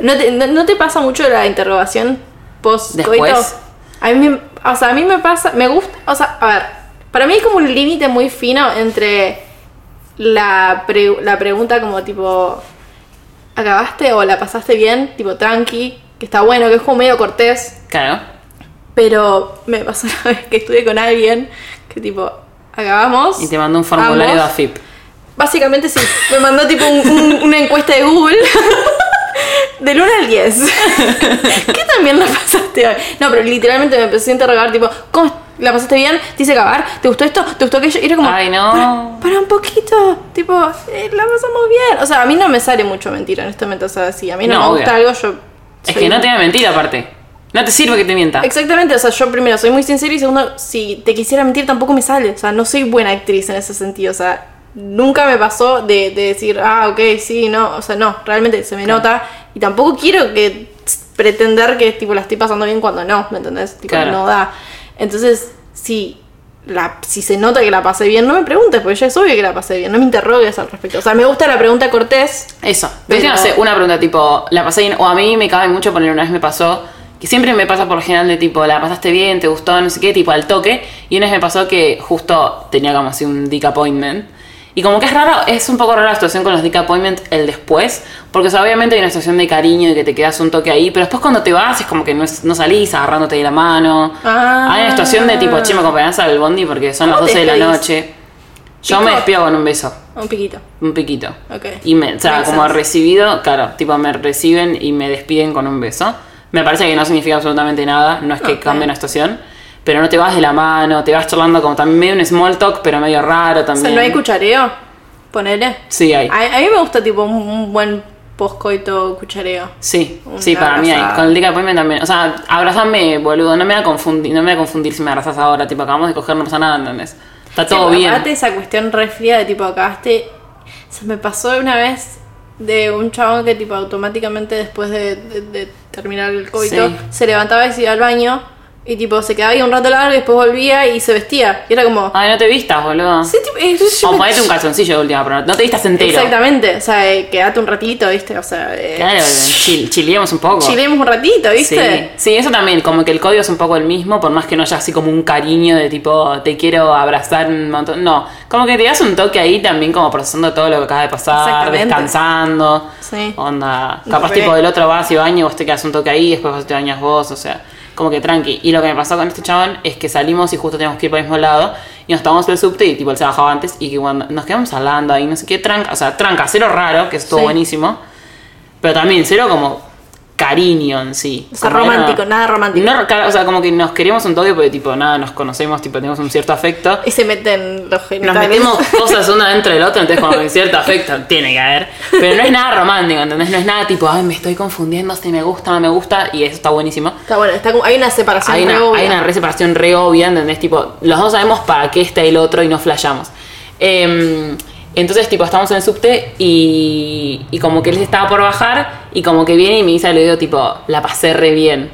[SPEAKER 1] ¿No te, no, no te pasa mucho la interrogación post coito?
[SPEAKER 2] Después.
[SPEAKER 1] A mí, me- o sea, a mí me pasa, me gusta, o sea, a ver, para mí hay como un límite muy fino entre la, pre- la pregunta como tipo, ¿acabaste o la pasaste bien? Tipo, tranqui, que está bueno, que es como medio cortés,
[SPEAKER 2] Claro.
[SPEAKER 1] pero me pasó una vez que estuve con alguien que tipo, acabamos.
[SPEAKER 2] Y te mandó un formulario de
[SPEAKER 1] ambos,
[SPEAKER 2] AFIP.
[SPEAKER 1] Básicamente sí, me mandó tipo un- un- una encuesta de Google. Del 1 al 10. ¿Qué también la pasaste hoy? No, pero literalmente me empezó a interrogar, tipo, ¿cómo, ¿La pasaste bien? ¿Te hice cagar? ¿Te gustó esto? ¿Te gustó aquello? Y era como,
[SPEAKER 2] Ay, no.
[SPEAKER 1] para, para un poquito, tipo, eh, la pasamos bien. O sea, a mí no me sale mucho mentir, honestamente. O sea, si a mí no,
[SPEAKER 2] No,
[SPEAKER 1] me
[SPEAKER 2] obvio.
[SPEAKER 1] gusta algo, yo...
[SPEAKER 2] Es
[SPEAKER 1] soy-
[SPEAKER 2] que no te voy a mentir aparte. No te sirve que te mienta.
[SPEAKER 1] Exactamente, o sea, yo primero soy muy sincera y segundo, si te quisiera mentir tampoco me sale. O sea, no soy buena actriz en ese sentido. O sea, nunca me pasó de, de decir, ah, ok, sí, no. O sea, no, realmente se me nota. Y tampoco quiero que pretender que tipo la estoy pasando bien cuando no, ¿me entendés? Tipo,
[SPEAKER 2] Claro.
[SPEAKER 1] no da. Entonces, si, la, si se nota que la pasé bien, no me preguntes, porque ya es obvio que la pasé bien, no me interrogues al respecto. O sea, me gusta la pregunta cortés,
[SPEAKER 2] Eso.
[SPEAKER 1] Pero-
[SPEAKER 2] Pero... No sé, una pregunta tipo, ¿la pasé bien? O a mí me cabe mucho poner, una vez me pasó, que siempre me pasa por lo general de tipo, ¿la pasaste bien? ¿Te gustó? No sé qué, tipo al toque. Y una vez me pasó que justo tenía como así un dick appointment. Y como que es raro, es un poco rara la situación con los dick appointment el después, porque o sea, obviamente hay una situación de cariño y que te quedas un toque ahí, pero después cuando te vas es como que no, es- no salís agarrándote de la mano.
[SPEAKER 1] Ah.
[SPEAKER 2] Hay una situación de tipo, che, me acompañás al bondi porque son las
[SPEAKER 1] ¿Cómo
[SPEAKER 2] 12
[SPEAKER 1] te
[SPEAKER 2] de la
[SPEAKER 1] despedís?
[SPEAKER 2] noche. Yo
[SPEAKER 1] Pico.
[SPEAKER 2] me despido con un beso,
[SPEAKER 1] un piquito.
[SPEAKER 2] un piquito.
[SPEAKER 1] Ok.
[SPEAKER 2] Y me, o sea,
[SPEAKER 1] Makes
[SPEAKER 2] como
[SPEAKER 1] sense.
[SPEAKER 2] recibido, claro, tipo me reciben y me despiden con un beso. Me parece que no significa absolutamente nada, no es que
[SPEAKER 1] Ok.
[SPEAKER 2] cambie la situación, pero no te vas de la mano, te vas charlando como también medio un small talk, pero medio raro
[SPEAKER 1] O
[SPEAKER 2] también.
[SPEAKER 1] sea, no hay cuchareo. Ponele.
[SPEAKER 2] Sí, hay.
[SPEAKER 1] A, a mí me gusta tipo un, un buen poscoito cuchareo.
[SPEAKER 2] Sí,
[SPEAKER 1] Una
[SPEAKER 2] sí, para mí hay.
[SPEAKER 1] abrazada.
[SPEAKER 2] Con el dick appointment también. O sea, abrazame, boludo, no me va a confundir, no me va a confundir si me abrazas ahora, tipo acabamos de coger, no pasa nada, ¿entendés? Está todo
[SPEAKER 1] Sí,
[SPEAKER 2] bien.
[SPEAKER 1] aparte esa cuestión re fría de tipo acabaste. Se me pasó una vez de un chabón que tipo automáticamente después de, de- de terminar el coito
[SPEAKER 2] Sí.
[SPEAKER 1] se levantaba y se iba al baño y tipo se quedaba ahí un rato largo y después volvía y se vestía. Y era como.
[SPEAKER 2] Ay, no te vistas, boludo.
[SPEAKER 1] Sí, tipo, eh, yo
[SPEAKER 2] o
[SPEAKER 1] me-
[SPEAKER 2] Ah. ponete un calzoncillo de última, pero no te vistas entero.
[SPEAKER 1] Exactamente. O sea, eh, quedate un ratito, viste. O sea, eh,
[SPEAKER 2] Claro, chil- chileemos un poco.
[SPEAKER 1] chilemos un ratito, viste.
[SPEAKER 2] Sí, sí, eso también, como que el código es un poco el mismo, por más que no haya así como un cariño de tipo, te quiero abrazar un montón. No, como que te das un toque ahí también, como procesando todo lo que acaba de pasar,
[SPEAKER 1] Exactamente.
[SPEAKER 2] descansando.
[SPEAKER 1] Sí.
[SPEAKER 2] Onda, capaz
[SPEAKER 1] Re.
[SPEAKER 2] tipo del otro vas y baño, vos te quedas un toque ahí, después vos te bañas vos, o sea, como que tranqui. Y lo que me pasó con este chabón es que salimos y justo teníamos que ir por el mismo lado y nos estábamos en el subte y tipo él se bajaba antes y que cuando nos quedamos hablando ahí, no sé qué, tranca, o sea, tranca, cero raro, que estuvo
[SPEAKER 1] Sí.
[SPEAKER 2] buenísimo. Pero también cero como cariño en sí.
[SPEAKER 1] O sea,
[SPEAKER 2] Como
[SPEAKER 1] romántico, nada romántico.
[SPEAKER 2] No, claro, o sea, como que nos queríamos un toque porque tipo, nada, nos conocemos, tipo, tenemos un cierto afecto.
[SPEAKER 1] Y se meten los
[SPEAKER 2] Nos
[SPEAKER 1] genitales.
[SPEAKER 2] metemos cosas una dentro del otro, entonces como que cierto afecto tiene que haber. Pero no es nada romántico, ¿entendés? No es nada tipo, ay, me estoy confundiendo si me gusta no me gusta, y eso está buenísimo.
[SPEAKER 1] Está bueno, está como- hay una separación
[SPEAKER 2] Hay una,
[SPEAKER 1] re obvia.
[SPEAKER 2] hay una re separación re obvia, ¿entendés? Tipo, los dos sabemos para qué está el otro y no flashamos. Em, entonces, tipo, estamos en el subte y, y como que él se estaba por bajar y como que viene y me dice al oído, tipo, la pasé re bien.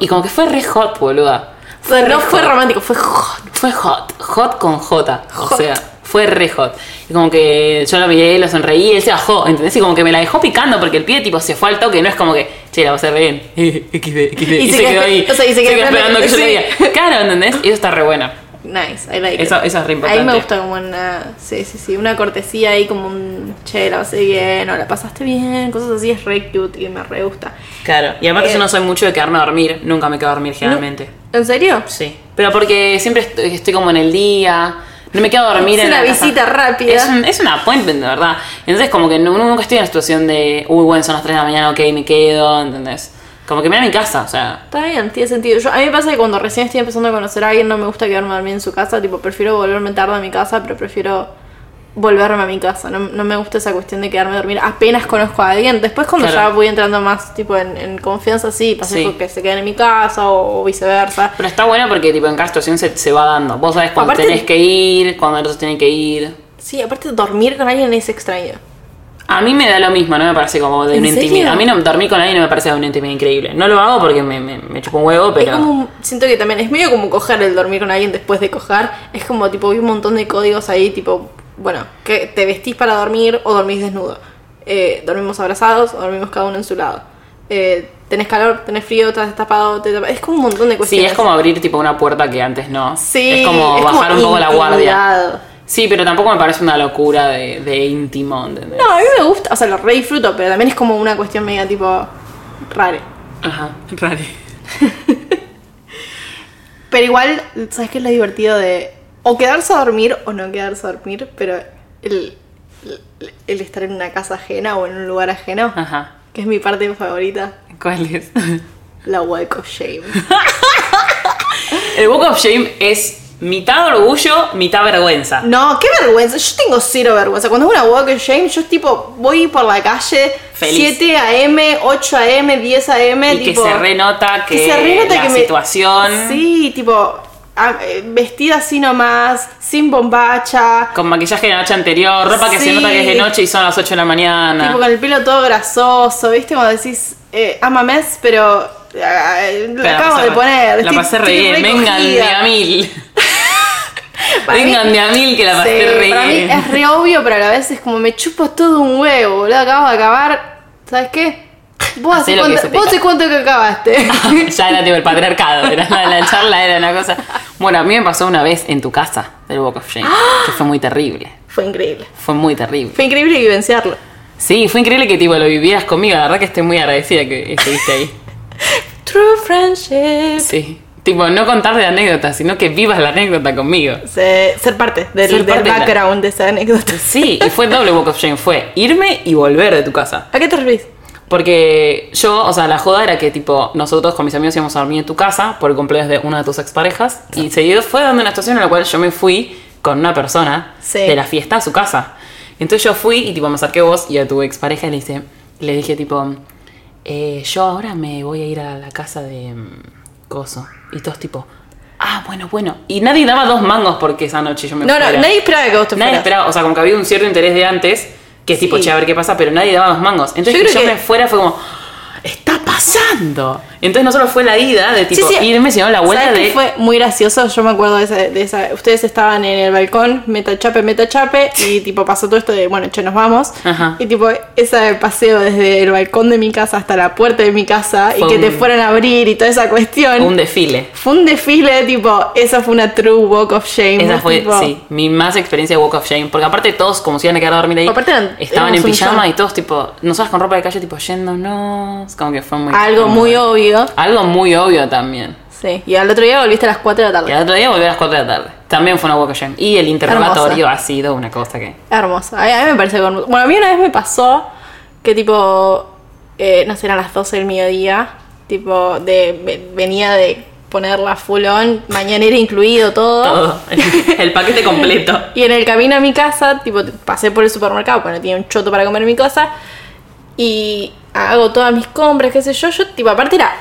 [SPEAKER 2] Y como que fue re hot, boluda.
[SPEAKER 1] O sea, no fue romántico, fue hot.
[SPEAKER 2] Fue hot, hot con J. O sea, fue re hot. Y como que yo lo miré, lo sonreí, él se bajó, ¿entendés? Y como que me la dejó picando porque el pie tipo se fue al toque, no es como que, che, la vas a hacer bien. XD, XD,
[SPEAKER 1] Y
[SPEAKER 2] y
[SPEAKER 1] se
[SPEAKER 2] se,
[SPEAKER 1] quedó-
[SPEAKER 2] quedó ahí.
[SPEAKER 1] o sea, y se quedó
[SPEAKER 2] esperando que yo le
[SPEAKER 1] sí.
[SPEAKER 2] diga. Claro, ¿entendés? Y eso está re bueno.
[SPEAKER 1] Nice, I like
[SPEAKER 2] Eso-
[SPEAKER 1] it.
[SPEAKER 2] eso es re
[SPEAKER 1] A mí me
[SPEAKER 2] importante.
[SPEAKER 1] gusta como una, sí, sí, sí, una cortesía ahí como un, che, la pasé bien, o la pasaste bien, cosas así, es re cute y me re gusta.
[SPEAKER 2] Claro. Y aparte
[SPEAKER 1] Eh.
[SPEAKER 2] yo no soy mucho de quedarme a dormir, nunca me quedo a dormir generalmente.
[SPEAKER 1] ¿En serio?
[SPEAKER 2] Sí. Pero porque siempre est- estoy, como en el día, no me quedo a dormir
[SPEAKER 1] Es
[SPEAKER 2] en
[SPEAKER 1] una
[SPEAKER 2] la casa.
[SPEAKER 1] visita rápida.
[SPEAKER 2] Es un, es un appointment, de verdad. Entonces, como que nu- nunca estoy en la situación de, uy, bueno, son las 3 de la mañana, ok, me quedo, ¿entendés? Como que me voy a mi casa, o sea.
[SPEAKER 1] Está bien, tiene sentido. Yo, a mí me pasa que cuando recién estoy empezando a conocer a alguien no me gusta quedarme dormida en su casa, tipo, prefiero volverme tarde a mi casa, pero prefiero volverme a mi casa. No, no me gusta esa cuestión de quedarme a dormir apenas conozco a alguien. Después cuando
[SPEAKER 2] Claro.
[SPEAKER 1] ya voy entrando más tipo en, en confianza, sí, pasé
[SPEAKER 2] Sí.
[SPEAKER 1] por que se queden en mi casa o, o viceversa.
[SPEAKER 2] Pero está bueno porque, tipo, en cada situación se, se va dando. Vos sabés cuándo
[SPEAKER 1] Aparte-
[SPEAKER 2] tenés que ir, cuándo el otro tiene que ir.
[SPEAKER 1] Sí, aparte dormir con alguien es extraño.
[SPEAKER 2] A mí me da lo mismo, no me parece como de
[SPEAKER 1] ¿En
[SPEAKER 2] una
[SPEAKER 1] serio?
[SPEAKER 2] intimidad. A mí no, dormir con alguien no me parece de una intimidad increíble. No lo hago porque me, me, me chupa un huevo, pero.
[SPEAKER 1] Es como, un- siento que también es medio como coger el dormir con alguien después de coger. Es como tipo, hay un montón de códigos ahí, tipo, bueno, que te vestís para dormir o dormís desnudo. Eh, dormimos abrazados o dormimos cada uno en su lado. Eh, tenés calor, tenés frío, estás destapado, te tapa- es como un montón de
[SPEAKER 2] Sí,
[SPEAKER 1] cuestiones.
[SPEAKER 2] es como abrir tipo una puerta que antes no.
[SPEAKER 1] Sí,
[SPEAKER 2] es como
[SPEAKER 1] es
[SPEAKER 2] bajar un poco la guardia.
[SPEAKER 1] intimidad.
[SPEAKER 2] Sí, pero tampoco me parece una locura de, de íntimo, ¿entendés?
[SPEAKER 1] No, a mí me gusta, o sea, lo re disfruto, pero también es como una cuestión media tipo rara.
[SPEAKER 2] Ajá, raro.
[SPEAKER 1] Pero igual, ¿sabes qué es lo divertido de o quedarse a dormir o no quedarse a dormir? Pero el, el- el estar en una casa ajena o en un lugar ajeno,
[SPEAKER 2] Ajá.
[SPEAKER 1] que es mi parte favorita,
[SPEAKER 2] ¿Cuál es?
[SPEAKER 1] la walk of shame.
[SPEAKER 2] El Walk of Shame es mitad orgullo, mitad vergüenza.
[SPEAKER 1] No, qué vergüenza. Yo tengo cero vergüenza. Cuando es una walk of shame, yo es tipo, voy por la calle
[SPEAKER 2] Feliz.
[SPEAKER 1] 7 a.m., 8 a.m., 10 a.m.
[SPEAKER 2] y
[SPEAKER 1] tipo,
[SPEAKER 2] que se renota que,
[SPEAKER 1] que se renota
[SPEAKER 2] la
[SPEAKER 1] que me-
[SPEAKER 2] situación
[SPEAKER 1] Sí, tipo, a- eh, vestida así nomás, sin bombacha,
[SPEAKER 2] con maquillaje de la noche anterior, ropa que se
[SPEAKER 1] Sí.
[SPEAKER 2] nota que es de noche y son las 8 de la mañana.
[SPEAKER 1] tipo con el pelo todo grasoso, ¿viste? Cuando decís, eh, ama mes, pero eh, lo
[SPEAKER 2] Pero la
[SPEAKER 1] acabo
[SPEAKER 2] pasé
[SPEAKER 1] de
[SPEAKER 2] re-
[SPEAKER 1] poner.
[SPEAKER 2] La
[SPEAKER 1] estoy-
[SPEAKER 2] pasé re
[SPEAKER 1] estoy
[SPEAKER 2] bien. Vengan de
[SPEAKER 1] recogida.
[SPEAKER 2] a mil.
[SPEAKER 1] Para mí-
[SPEAKER 2] Vengan de a mil que la pasé
[SPEAKER 1] Sí,
[SPEAKER 2] re
[SPEAKER 1] para mí
[SPEAKER 2] bien.
[SPEAKER 1] es re obvio, pero a la vez es como me chupo todo un huevo, boludo. Acabo de acabar. ¿Sabes qué? Vos
[SPEAKER 2] Hacé
[SPEAKER 1] hace
[SPEAKER 2] lo que
[SPEAKER 1] cuánto,
[SPEAKER 2] se te
[SPEAKER 1] vos
[SPEAKER 2] cante.
[SPEAKER 1] hace cuánto que acabaste.
[SPEAKER 2] ya era tipo el patriarcado, era la, la charla era una cosa. Bueno, a mí me pasó una vez en tu casa del Walk of Shame, que fue muy terrible.
[SPEAKER 1] Fue increíble.
[SPEAKER 2] Fue muy terrible.
[SPEAKER 1] Fue increíble vivenciarlo.
[SPEAKER 2] Sí, fue increíble que tipo lo vivieras conmigo, la verdad que estoy muy agradecida que estuviste ahí.
[SPEAKER 1] True friendship.
[SPEAKER 2] Sí. Tipo, no contar de anécdotas, sino que vivas la anécdota conmigo.
[SPEAKER 1] Se- ser parte del,
[SPEAKER 2] Ser
[SPEAKER 1] del
[SPEAKER 2] parte de la-
[SPEAKER 1] background de esa anécdota.
[SPEAKER 2] Sí, y fue doble walk of shame, fue irme y volver de tu casa.
[SPEAKER 1] ¿A qué te referís?
[SPEAKER 2] Porque yo, o sea, la joda era que, tipo, nosotros con mis amigos íbamos a dormir en tu casa por el cumpleaños de una de tus exparejas. Y seguido fue dando una situación en la cual yo me fui con una persona
[SPEAKER 1] Sí.
[SPEAKER 2] de la fiesta a su casa. Entonces yo fui y, tipo, me acerqué a vos y a tu expareja y le, hice, le dije, tipo, eh, yo ahora me voy a ir a la casa de mm, Coso. Y todos, tipo, ah, bueno, bueno. Y nadie daba dos mangos porque esa noche yo me
[SPEAKER 1] No, no,
[SPEAKER 2] fuera.
[SPEAKER 1] nadie esperaba que vos te
[SPEAKER 2] Nadie
[SPEAKER 1] fueras.
[SPEAKER 2] esperaba, o sea, como que había un cierto interés de antes, que es tipo,
[SPEAKER 1] Sí.
[SPEAKER 2] che, a ver qué pasa, pero nadie daba los mangos. Entonces,
[SPEAKER 1] Yo
[SPEAKER 2] que yo
[SPEAKER 1] creo que-
[SPEAKER 2] me fuera fue como, está pasando. Entonces, no solo fue la ida de tipo
[SPEAKER 1] Sí, sí.
[SPEAKER 2] irme, sino la vuelta
[SPEAKER 1] ¿Sabes
[SPEAKER 2] de.
[SPEAKER 1] qué fue muy gracioso? Yo me acuerdo de esa, de esa- Ustedes estaban en el balcón, meta chape, meta chape, y tipo pasó todo esto de, bueno, che, nos vamos.
[SPEAKER 2] Ajá.
[SPEAKER 1] Y tipo, ese paseo desde el balcón de mi casa hasta la puerta de mi casa
[SPEAKER 2] Fue
[SPEAKER 1] y que te
[SPEAKER 2] un-
[SPEAKER 1] fueran a abrir y toda esa cuestión.
[SPEAKER 2] un desfile.
[SPEAKER 1] Fue un desfile, tipo, esa fue una true walk of shame.
[SPEAKER 2] Esa fue,
[SPEAKER 1] tipo,
[SPEAKER 2] sí, mi más experiencia de Walk of Shame. Porque aparte todos, como se iban a quedar a dormir ahí,
[SPEAKER 1] Aparte eran-
[SPEAKER 2] estaban en
[SPEAKER 1] éramos un
[SPEAKER 2] pijama
[SPEAKER 1] montón.
[SPEAKER 2] y todos tipo, no sabes, con ropa de calle, tipo, yéndonos. Como que fue muy...
[SPEAKER 1] Algo muy
[SPEAKER 2] obvio.
[SPEAKER 1] obvio.
[SPEAKER 2] Algo muy obvio también.
[SPEAKER 1] Sí. Y al otro día volviste a las 4 de la
[SPEAKER 2] Y
[SPEAKER 1] tarde.
[SPEAKER 2] al otro día volví a las 4 de la tarde. También fue una Walk of Shame. Y el interrogatorio
[SPEAKER 1] Hermosa.
[SPEAKER 2] ha sido una cosa que...
[SPEAKER 1] Hermosa. A mí, a mí me parece que hermoso. Bueno, a mí una vez me pasó que tipo, eh, no sé, eran las 12 del mediodía, tipo, de, ve- venía de ponerla full on, mañanera incluido, todo.
[SPEAKER 2] Todo. El paquete completo.
[SPEAKER 1] Y en el camino a mi casa, tipo, pasé por el supermercado, porque no tenía un choto para comer en mi casa, y hago todas mis compras, qué sé yo, yo, tipo, aparte era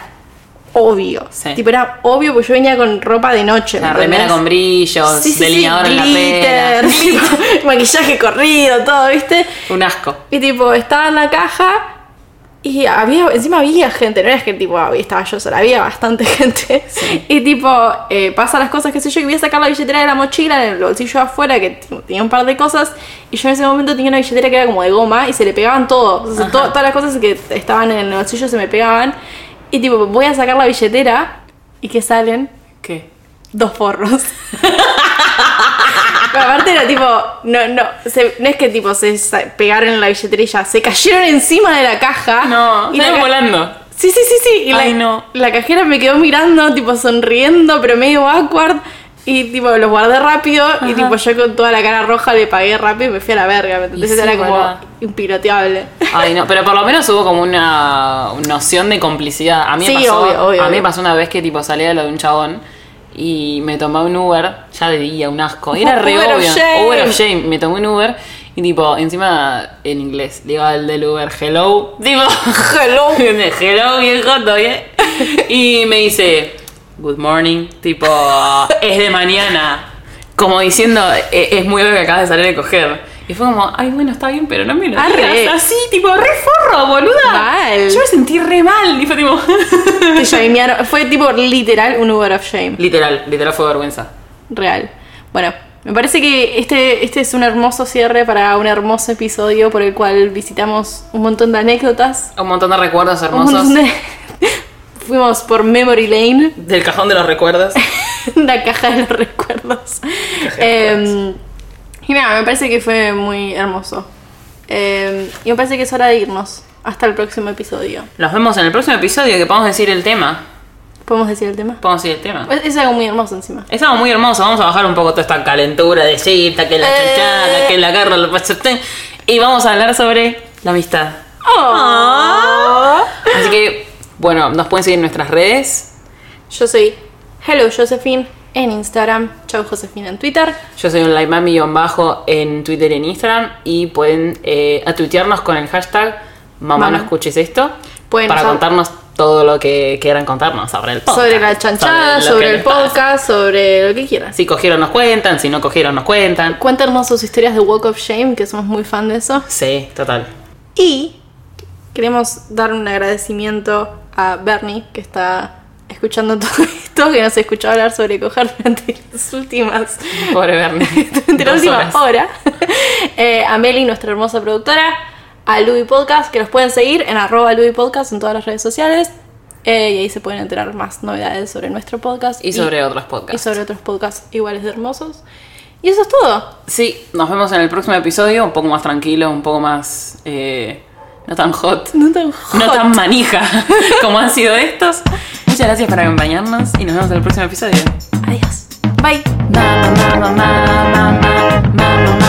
[SPEAKER 1] obvio.
[SPEAKER 2] Sí.
[SPEAKER 1] Tipo, era obvio porque yo venía con ropa de noche.
[SPEAKER 2] La
[SPEAKER 1] ¿me
[SPEAKER 2] remera
[SPEAKER 1] entendés?
[SPEAKER 2] con brillos,
[SPEAKER 1] Sí, sí, sí,
[SPEAKER 2] delineador en la
[SPEAKER 1] glitter,
[SPEAKER 2] pera.
[SPEAKER 1] tipo, maquillaje corrido, todo, ¿viste?
[SPEAKER 2] Un asco.
[SPEAKER 1] Y tipo, estaba en la caja y había, encima había gente, no es que tipo había- estaba yo sola, había bastante gente. Y tipo, eh, pasan las cosas, qué sé yo, y voy a sacar la billetera de la mochila en el bolsillo de afuera, que tipo, tenía un par de cosas, y yo en ese momento tenía una billetera que era como de goma y se le pegaban todo. O sea, to- todas las cosas que estaban en el bolsillo se me pegaban. Y tipo, voy a sacar la billetera y que salen
[SPEAKER 2] ¿Qué?
[SPEAKER 1] dos forros. Pero aparte era tipo, no, no, se- no es que tipo se sa- pegaron en la billetera y ya, se cayeron encima de la caja.
[SPEAKER 2] No,
[SPEAKER 1] y la
[SPEAKER 2] estaba
[SPEAKER 1] ca-
[SPEAKER 2] volando.
[SPEAKER 1] Sí, sí, sí, sí. Y
[SPEAKER 2] Ay,
[SPEAKER 1] la,
[SPEAKER 2] no.
[SPEAKER 1] la cajera me quedó mirando, tipo sonriendo, pero medio awkward. Y tipo, los guardé rápido y tipo yo con toda la cara roja le pagué rápido y me fui a la verga. ¿me entendés?
[SPEAKER 2] Y sí,
[SPEAKER 1] era como
[SPEAKER 2] boluda.
[SPEAKER 1] impiroteable.
[SPEAKER 2] Ay, no, pero por lo menos hubo como una noción de complicidad. A mí me
[SPEAKER 1] Sí,
[SPEAKER 2] pasó,
[SPEAKER 1] obvio, obvio,
[SPEAKER 2] a mí me
[SPEAKER 1] obvio.
[SPEAKER 2] pasó una vez que tipo salía de lo de un chabón y me tomé un Uber, ya de día, un asco. Era re
[SPEAKER 1] Uber of
[SPEAKER 2] obvio.
[SPEAKER 1] shame.
[SPEAKER 2] Uber of shame. Me tomé un Uber y tipo, encima en inglés, digo al del Uber, hello. Tipo, hello. hello, viejo, ¿todo bien? Y me dice, good morning. Tipo, es de mañana. Como diciendo, "E- es muy obvio que acabas de salir de coger. Y fue como, ay, bueno, está bien, pero no me lo
[SPEAKER 1] Arre.
[SPEAKER 2] digas así, tipo, re forro, boluda.
[SPEAKER 1] Mal.
[SPEAKER 2] Yo me sentí re mal. Y fue tipo.
[SPEAKER 1] Te shamearon. Fue tipo literal un Uber of Shame.
[SPEAKER 2] literal, literal fue vergüenza.
[SPEAKER 1] Real. Bueno, me parece que este, este es un hermoso cierre para un hermoso episodio por el cual visitamos un montón de anécdotas.
[SPEAKER 2] Un montón de recuerdos
[SPEAKER 1] Un
[SPEAKER 2] hermosos.
[SPEAKER 1] montón de... Fuimos por Memory Lane,
[SPEAKER 2] Del cajón de los recuerdos.
[SPEAKER 1] la caja de los recuerdos. Eh, y nada, me parece que fue muy hermoso. Eh, y me parece que es hora de irnos. Hasta el próximo episodio.
[SPEAKER 2] Los vemos en el próximo episodio que podemos decir el tema.
[SPEAKER 1] ¿Podemos decir el tema?
[SPEAKER 2] Podemos decir el tema.
[SPEAKER 1] Es, es algo muy hermoso encima.
[SPEAKER 2] Estamos muy hermosos, vamos a bajar un poco toda esta calentura de cita, que la chanchada, que la garra, la pachotén. Y vamos a hablar sobre la amistad. Así que, bueno, nos pueden seguir en nuestras redes.
[SPEAKER 1] Yo soy Hello Josephine en Instagram, Chau Josephine en Twitter.
[SPEAKER 2] Yo soy un bajo en Twitter y en Instagram y pueden eh, atuitearnos con el hashtag Mamá
[SPEAKER 1] Mamá.
[SPEAKER 2] no escuches esto
[SPEAKER 1] Pueden
[SPEAKER 2] para
[SPEAKER 1] usar-
[SPEAKER 2] contarnos todo lo que quieran contarnos sobre el podcast.
[SPEAKER 1] sobre la chanchada,
[SPEAKER 2] lo
[SPEAKER 1] sobre,
[SPEAKER 2] que
[SPEAKER 1] el
[SPEAKER 2] les pasa.
[SPEAKER 1] podcast, sobre lo que quieran.
[SPEAKER 2] Si cogieron nos cuentan, si no cogieron nos cuentan.
[SPEAKER 1] Cuéntanos sus historias de Walk of Shame, que somos muy fan de eso.
[SPEAKER 2] Sí, total.
[SPEAKER 1] Y queremos dar un agradecimiento a Bernie, que está escuchando todo esto, que nos escuchó hablar sobre coger durante las últimas
[SPEAKER 2] Pobre Bernie.
[SPEAKER 1] durante la
[SPEAKER 2] Dos
[SPEAKER 1] última
[SPEAKER 2] horas.
[SPEAKER 1] hora. Eh, a Meli, nuestra hermosa productora. A Luby Podcast, que los pueden seguir en arroba Luby Podcast en todas las redes sociales. Eh, y ahí se pueden enterar más novedades sobre nuestro podcast.
[SPEAKER 2] Y sobre otros podcasts.
[SPEAKER 1] y sobre otros podcasts iguales de hermosos. Y eso es todo.
[SPEAKER 2] Sí, nos vemos en el próximo episodio, un poco más tranquilo, un poco más... eh, no tan hot.
[SPEAKER 1] No tan hot.
[SPEAKER 2] No tan manija como han sido estos. Muchas gracias por acompañarnos y nos vemos en el próximo episodio.
[SPEAKER 1] Adiós. Bye.
[SPEAKER 3] Mamá, mamá, mamá, mamá, mamá,